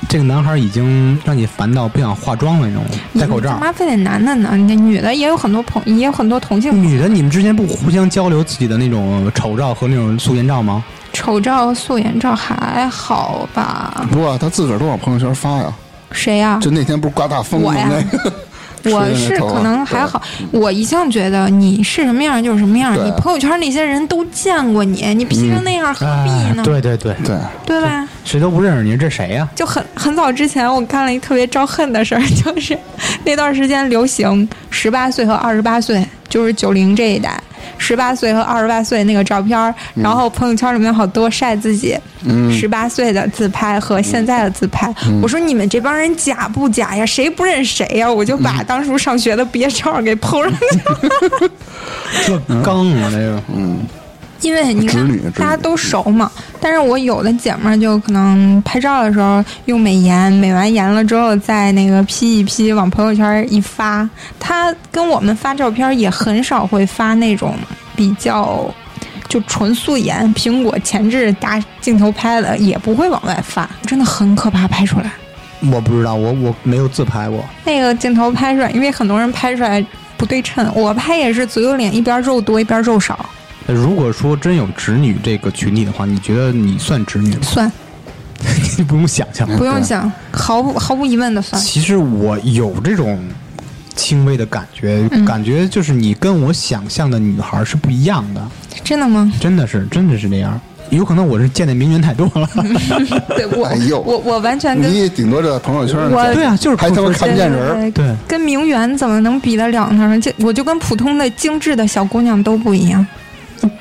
S1: 这个男孩已经让你烦到不想化妆了那种，戴口
S4: 你
S1: 罩
S4: 干。嘛非得男的呢？那女的也有很多朋，也有很多同性
S1: 女的，你们之间不互相交流自己的那种丑照和那种素颜照吗？
S4: 丑照、素颜照还好吧？
S2: 不过他自个儿都往朋友圈发呀。
S4: 谁呀、
S2: <laughs> 就那天不是刮大风
S4: 我
S2: 吗？
S4: 呀
S2: 那
S4: <laughs>
S2: 个
S4: 我
S2: 吹
S4: 是
S2: 那头啊
S4: 可能还好，我一向觉得你是什么样就是什么样，
S2: 对
S4: 你朋友圈那些人都见过你，你 P 成那样何必呢？
S1: 哎对对对，
S2: 对，
S4: 对吧？
S1: 谁都不认识你，这谁呀、
S4: 就很很早之前，我干了 <laughs> 一特别招恨的事儿，就是那段时间流行十八岁和二十八岁就是九零这一代，十八岁和二十八岁那个照片儿，然后朋友圈里面好多晒自己十八岁的自拍和现在的自拍。我说你们这帮人假不假呀？谁不认谁呀？我就把当初上学的毕业照给 PO 上去了，
S1: 这刚啊，这个，
S2: 嗯
S4: 因为你
S2: 侄
S4: 看
S2: 女侄女
S4: 大家都熟嘛。但是我有的姐们儿就可能拍照的时候用美颜，美完颜了之后再那个 P 一 P 往朋友圈一发，她跟我们发照片也很少会发那种比较。就纯素颜，苹果前置大镜头拍的，也不会往外发，真的很可怕，拍出来。
S1: 我不知道，我我没有自拍过，
S4: 那个镜头拍出来，因为很多人拍出来不对称，我拍也是左右脸一边肉多一边肉少，
S1: 呃如果说真有直女这个群体的话，你觉得你算直女吗？
S4: 算
S1: <laughs> 你不用想象。
S4: 不用想，毫不毫无疑问的算。
S1: 其实我有这种轻微的感觉，
S4: 嗯
S1: 感觉就是你跟我想象的女孩是不一样的，
S4: 真的
S2: <laughs>
S4: 吗？
S1: 真的是，真的是这样。有可能我是见的名媛太多
S4: <laughs>
S1: 了。
S4: 对我，
S2: 哎呦
S4: 我我完全跟
S2: 你顶多这朋友圈儿
S4: 我
S1: 对啊，就是
S2: 还他妈看不见人儿，
S4: 对
S1: 对
S4: 跟名媛怎么能比得了呢？这我就跟普通的精致的小姑娘都不一样。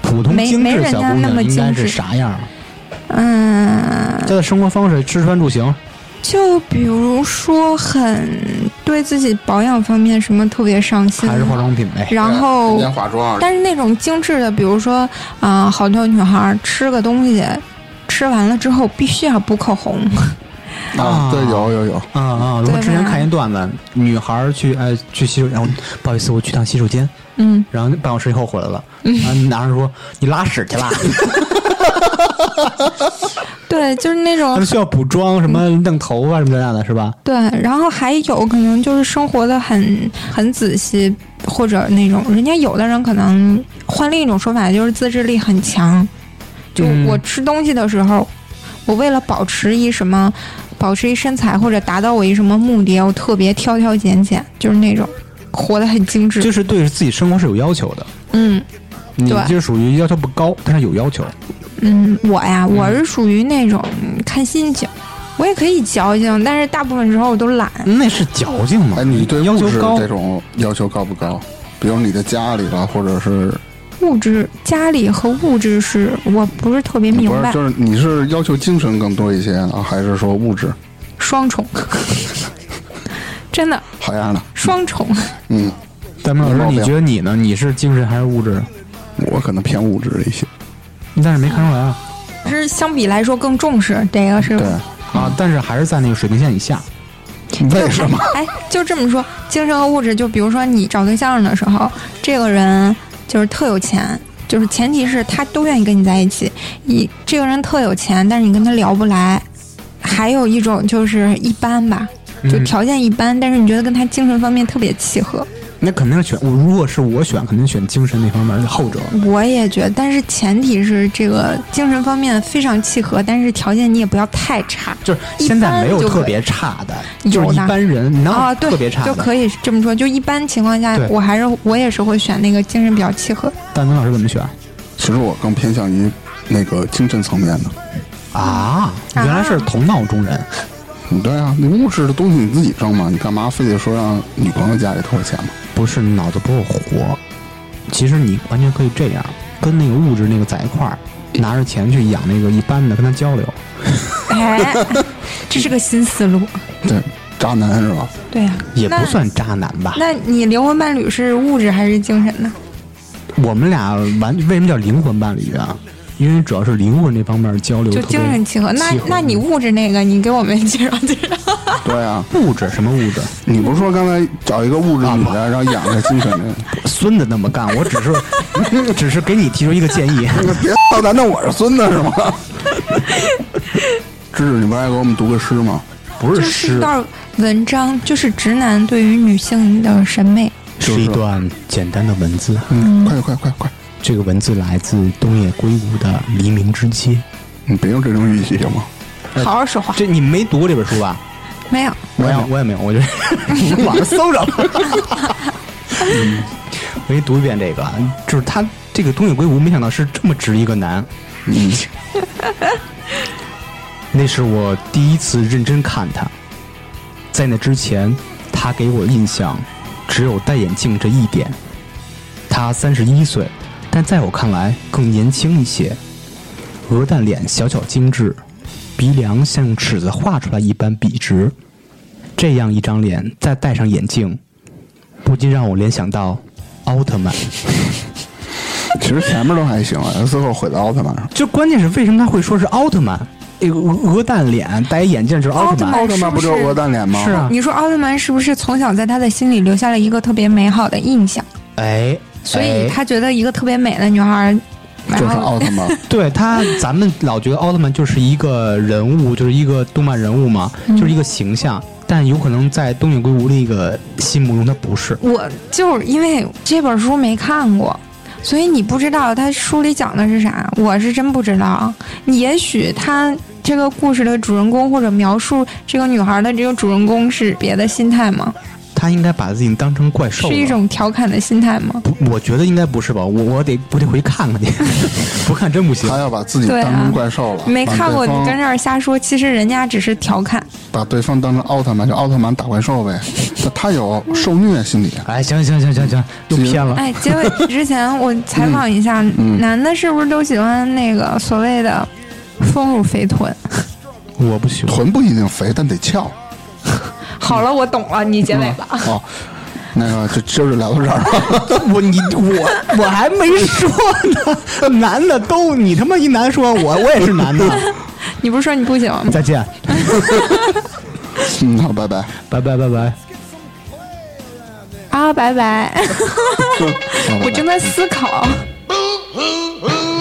S1: 普通
S4: 没
S1: 精
S4: 没
S1: 致
S4: 人
S1: 小
S4: 家
S1: 姑
S4: 那么
S1: 娘应该
S4: 精
S1: 是
S4: 致
S1: 啥样啊？
S4: 嗯，
S1: 她的生活方式、吃穿住行，
S4: 就比如说很对自己保养方面什么特别上心
S1: 还，是化妆品呗？
S4: 然后
S2: 天天啊化妆，啊
S4: 但是那种精致的，比如说啊、好多女孩儿吃个东西，吃完了之后必须要补口红， <laughs>
S2: 啊，对，有有有，
S1: 啊啊！我
S4: 对
S1: 之前
S4: 吧
S1: 看一段子，女孩儿去哎去洗手，然后不好意思，我去趟洗手间，
S4: 嗯，
S1: 然后半小时以后回来了，然后男人说你拉屎去
S4: <laughs>
S1: 了，
S4: 对，就是那
S1: <laughs> 他
S4: 种
S1: 们需要补妆什么弄头发什么这样的，是吧？
S4: 对，然后还有可能就是生活的很很仔细，或者那种人家有的人可能换另一种说法，就是自制力很强。就
S1: 嗯
S4: 我吃东西的时候，我为了保持一什么，保持一身材或者达到我一什么目的，我特别挑挑拣拣，就是那种活得很精致。
S1: 就是对自己生活是有要求的，
S4: 嗯
S1: 你
S4: 对
S1: 就属于要求不高，但是有要求。
S4: 嗯，我呀，我是属于那种嗯看心情，我也可以矫情，但是大部分时候我都懒。
S1: 那是矫情嘛？
S2: 哎，你对
S1: 嗯要
S2: 物
S1: 求
S2: 质
S1: 高
S2: 这种要求高不高？比如你的家里了，或者是
S4: 物质、家里和物质是我不是特别明
S2: 不是
S4: 白，
S2: 就是你是要求精神更多一些呢，还是说物质？
S4: 双重， <laughs> 真的
S2: 好样的，
S4: 双重。
S2: 嗯，
S1: 咱们
S2: 没
S1: 老
S2: 毛
S1: 师，
S2: 病
S1: 你觉得你呢？你是精神还是物质？
S2: 我可能偏物质一些。
S1: 但是没看出来
S2: 嗯
S1: 啊
S4: 可是相比来说更重视这个是吧
S2: 对，
S1: 啊！但是还是在那个水平线以下。
S2: 为什么？
S4: 哎，就这么说，精神和物质，就比如说你找对象的时候，这个人就是特有钱，就是前提是他都愿意跟你在一起。你这个人特有钱，但是你跟他聊不来。还有一种就是一般吧，就
S1: 嗯
S4: 条件一般，但是你觉得跟他精神方面特别契合。
S1: 那肯定是选，我如果是我选，肯定选精神那方面的后者。
S4: 我也觉得，但是前提是这个精神方面非常契合，但是条件你也不要太差。
S1: 就是
S4: 一
S1: 现在没
S4: 般
S1: 有
S4: 就
S1: 特
S4: 可
S1: 别差的，
S4: 有
S1: 就是一
S4: 的
S1: 般人哪
S4: 啊，
S1: 有
S4: 对，
S1: 特别差
S4: 就
S1: 的？
S4: 可以这么说。就一般情况下
S1: 对，
S4: 我还是我也是会选那个精神比较契合。
S1: 大明老师怎么选
S2: 其实我更偏向于那个精神层面的。
S1: 啊？原来是同道中人，
S2: 嗯对啊，你物质的东西你自己挣嘛，你干嘛非得说让女朋友家里特有钱嘛？
S1: 不是脑子不够活。其实你完全可以这样，跟那个物质那个在一块儿，拿着钱去养那个一般的，跟他交流。
S4: 哎，
S1: <laughs>
S4: 这是个新思路。
S2: 对，渣男是吧？
S4: 对呀、
S1: 也
S4: 那
S1: 不算渣男吧？
S4: 那你灵魂伴侣是物质还是精神呢？
S1: 我们俩完为什么叫灵魂伴侣啊？因为主要是灵魂这方面交流
S4: 就
S1: 特别，
S4: 精神契合。那
S1: 契合
S4: 那你物质那个，你给我们介绍介绍。
S2: 对啊，
S1: 物质什么物质？
S2: 你不是说刚才找一个物质女的，然后养个精神的？ <laughs>
S1: 孙子那么干，我只是 <laughs> 只是给你提出一个建
S4: <laughs>
S1: 议。
S2: 那别操蛋，那我是孙子是吗？ <laughs> 芝芝，你不是还给我们读个诗吗？
S1: <laughs> 不
S4: 这
S1: 是
S4: 是
S1: 诗
S4: 一，段文章，就是直男对于女性的审美。
S1: 是一段简单的文字。
S2: 嗯，快快快快！
S1: 这个文字来自东野圭吾的《黎明之街》。
S2: 你别用这种语气行吗？ <laughs>
S4: 好好说话。
S1: 哎这你没读过这本书吧？
S4: 没有，
S1: 我也我也没有，我就是网上搜着了。嗯我给你读一遍这个，啊，就是他这个东野圭吾，没想到是这么直一个男。
S2: 嗯，
S1: <laughs> 那是我第一次认真看他，在那之前，他给我印象只有戴眼镜这一点。她三十一岁，但在我看来更年轻一些。鹅蛋脸小巧精致，鼻梁像尺子画出来一般笔直。这样一张脸，再戴上眼镜，不禁让我联想到奥特曼。
S2: 其实前面都还行啊，最后毁到奥特曼上。
S1: 就关键是为什么他会说是奥特曼？那个鹅鹅蛋脸戴一眼镜就是奥特曼。
S4: 奥
S2: 奥特曼不就是鹅蛋脸吗？
S1: 是啊
S4: 你说奥特曼是不是从小在他的心里留下了一个特别美好的印象？
S1: 哎，
S4: 所以
S1: 哎
S4: 他觉得一个特别美的女孩儿，
S2: 就是
S4: 然后
S2: 奥特曼。
S1: 对他，咱们老觉得奥特曼就是一个人物，就是一个动漫人物嘛，
S4: 嗯
S1: 就是一个形象。但有可能在东野圭吾那个心目中，他不是。
S4: 我就是因为这本书没看过，所以你不知道他书里讲的是啥，我是真不知道。也许他这个故事的主人公或者描述这个女孩的这个主人公是别的心态吗？
S1: 他应该把自己当成怪兽
S4: 是
S1: 了。
S4: 一种调侃的心态吗？
S1: 不，我觉得应该不是吧？我我得我得回看看去， <laughs> 不看真不行
S2: 他。要把自己当成怪兽了，
S4: 啊没
S2: 把
S4: 看过，
S2: 对
S4: 你
S2: 方
S4: 跟这儿瞎说，其实人家只是
S2: <laughs>
S4: 调侃。
S2: 把对方当成奥特曼，就奥特曼打怪兽
S4: <laughs>
S2: 呗。他他有受虐心理，
S1: 哎，行行行行行，又偏了。
S4: 哎，结尾之前我采访一下，
S2: 嗯
S4: 男的是不是都喜欢那个所谓的丰乳肥臀？
S1: 我不喜欢。
S2: 臀不一定肥，但得翘。
S4: 好了，我懂了，你结尾吧。
S2: 哦，那个就今儿就聊到这儿吧。
S1: <laughs> 我你 <laughs> 我我还没说呢，男的都你他妈一男说我我也是男 <laughs> 的。
S4: 你不是说你不喜欢吗？
S1: 再见，
S2: 嗯，好，拜
S4: <laughs>
S2: 拜。
S1: 拜拜拜拜。
S2: 嗯
S4: 啊，拜拜！我正在思考。 <laughs>
S3: Boo hoo hoo.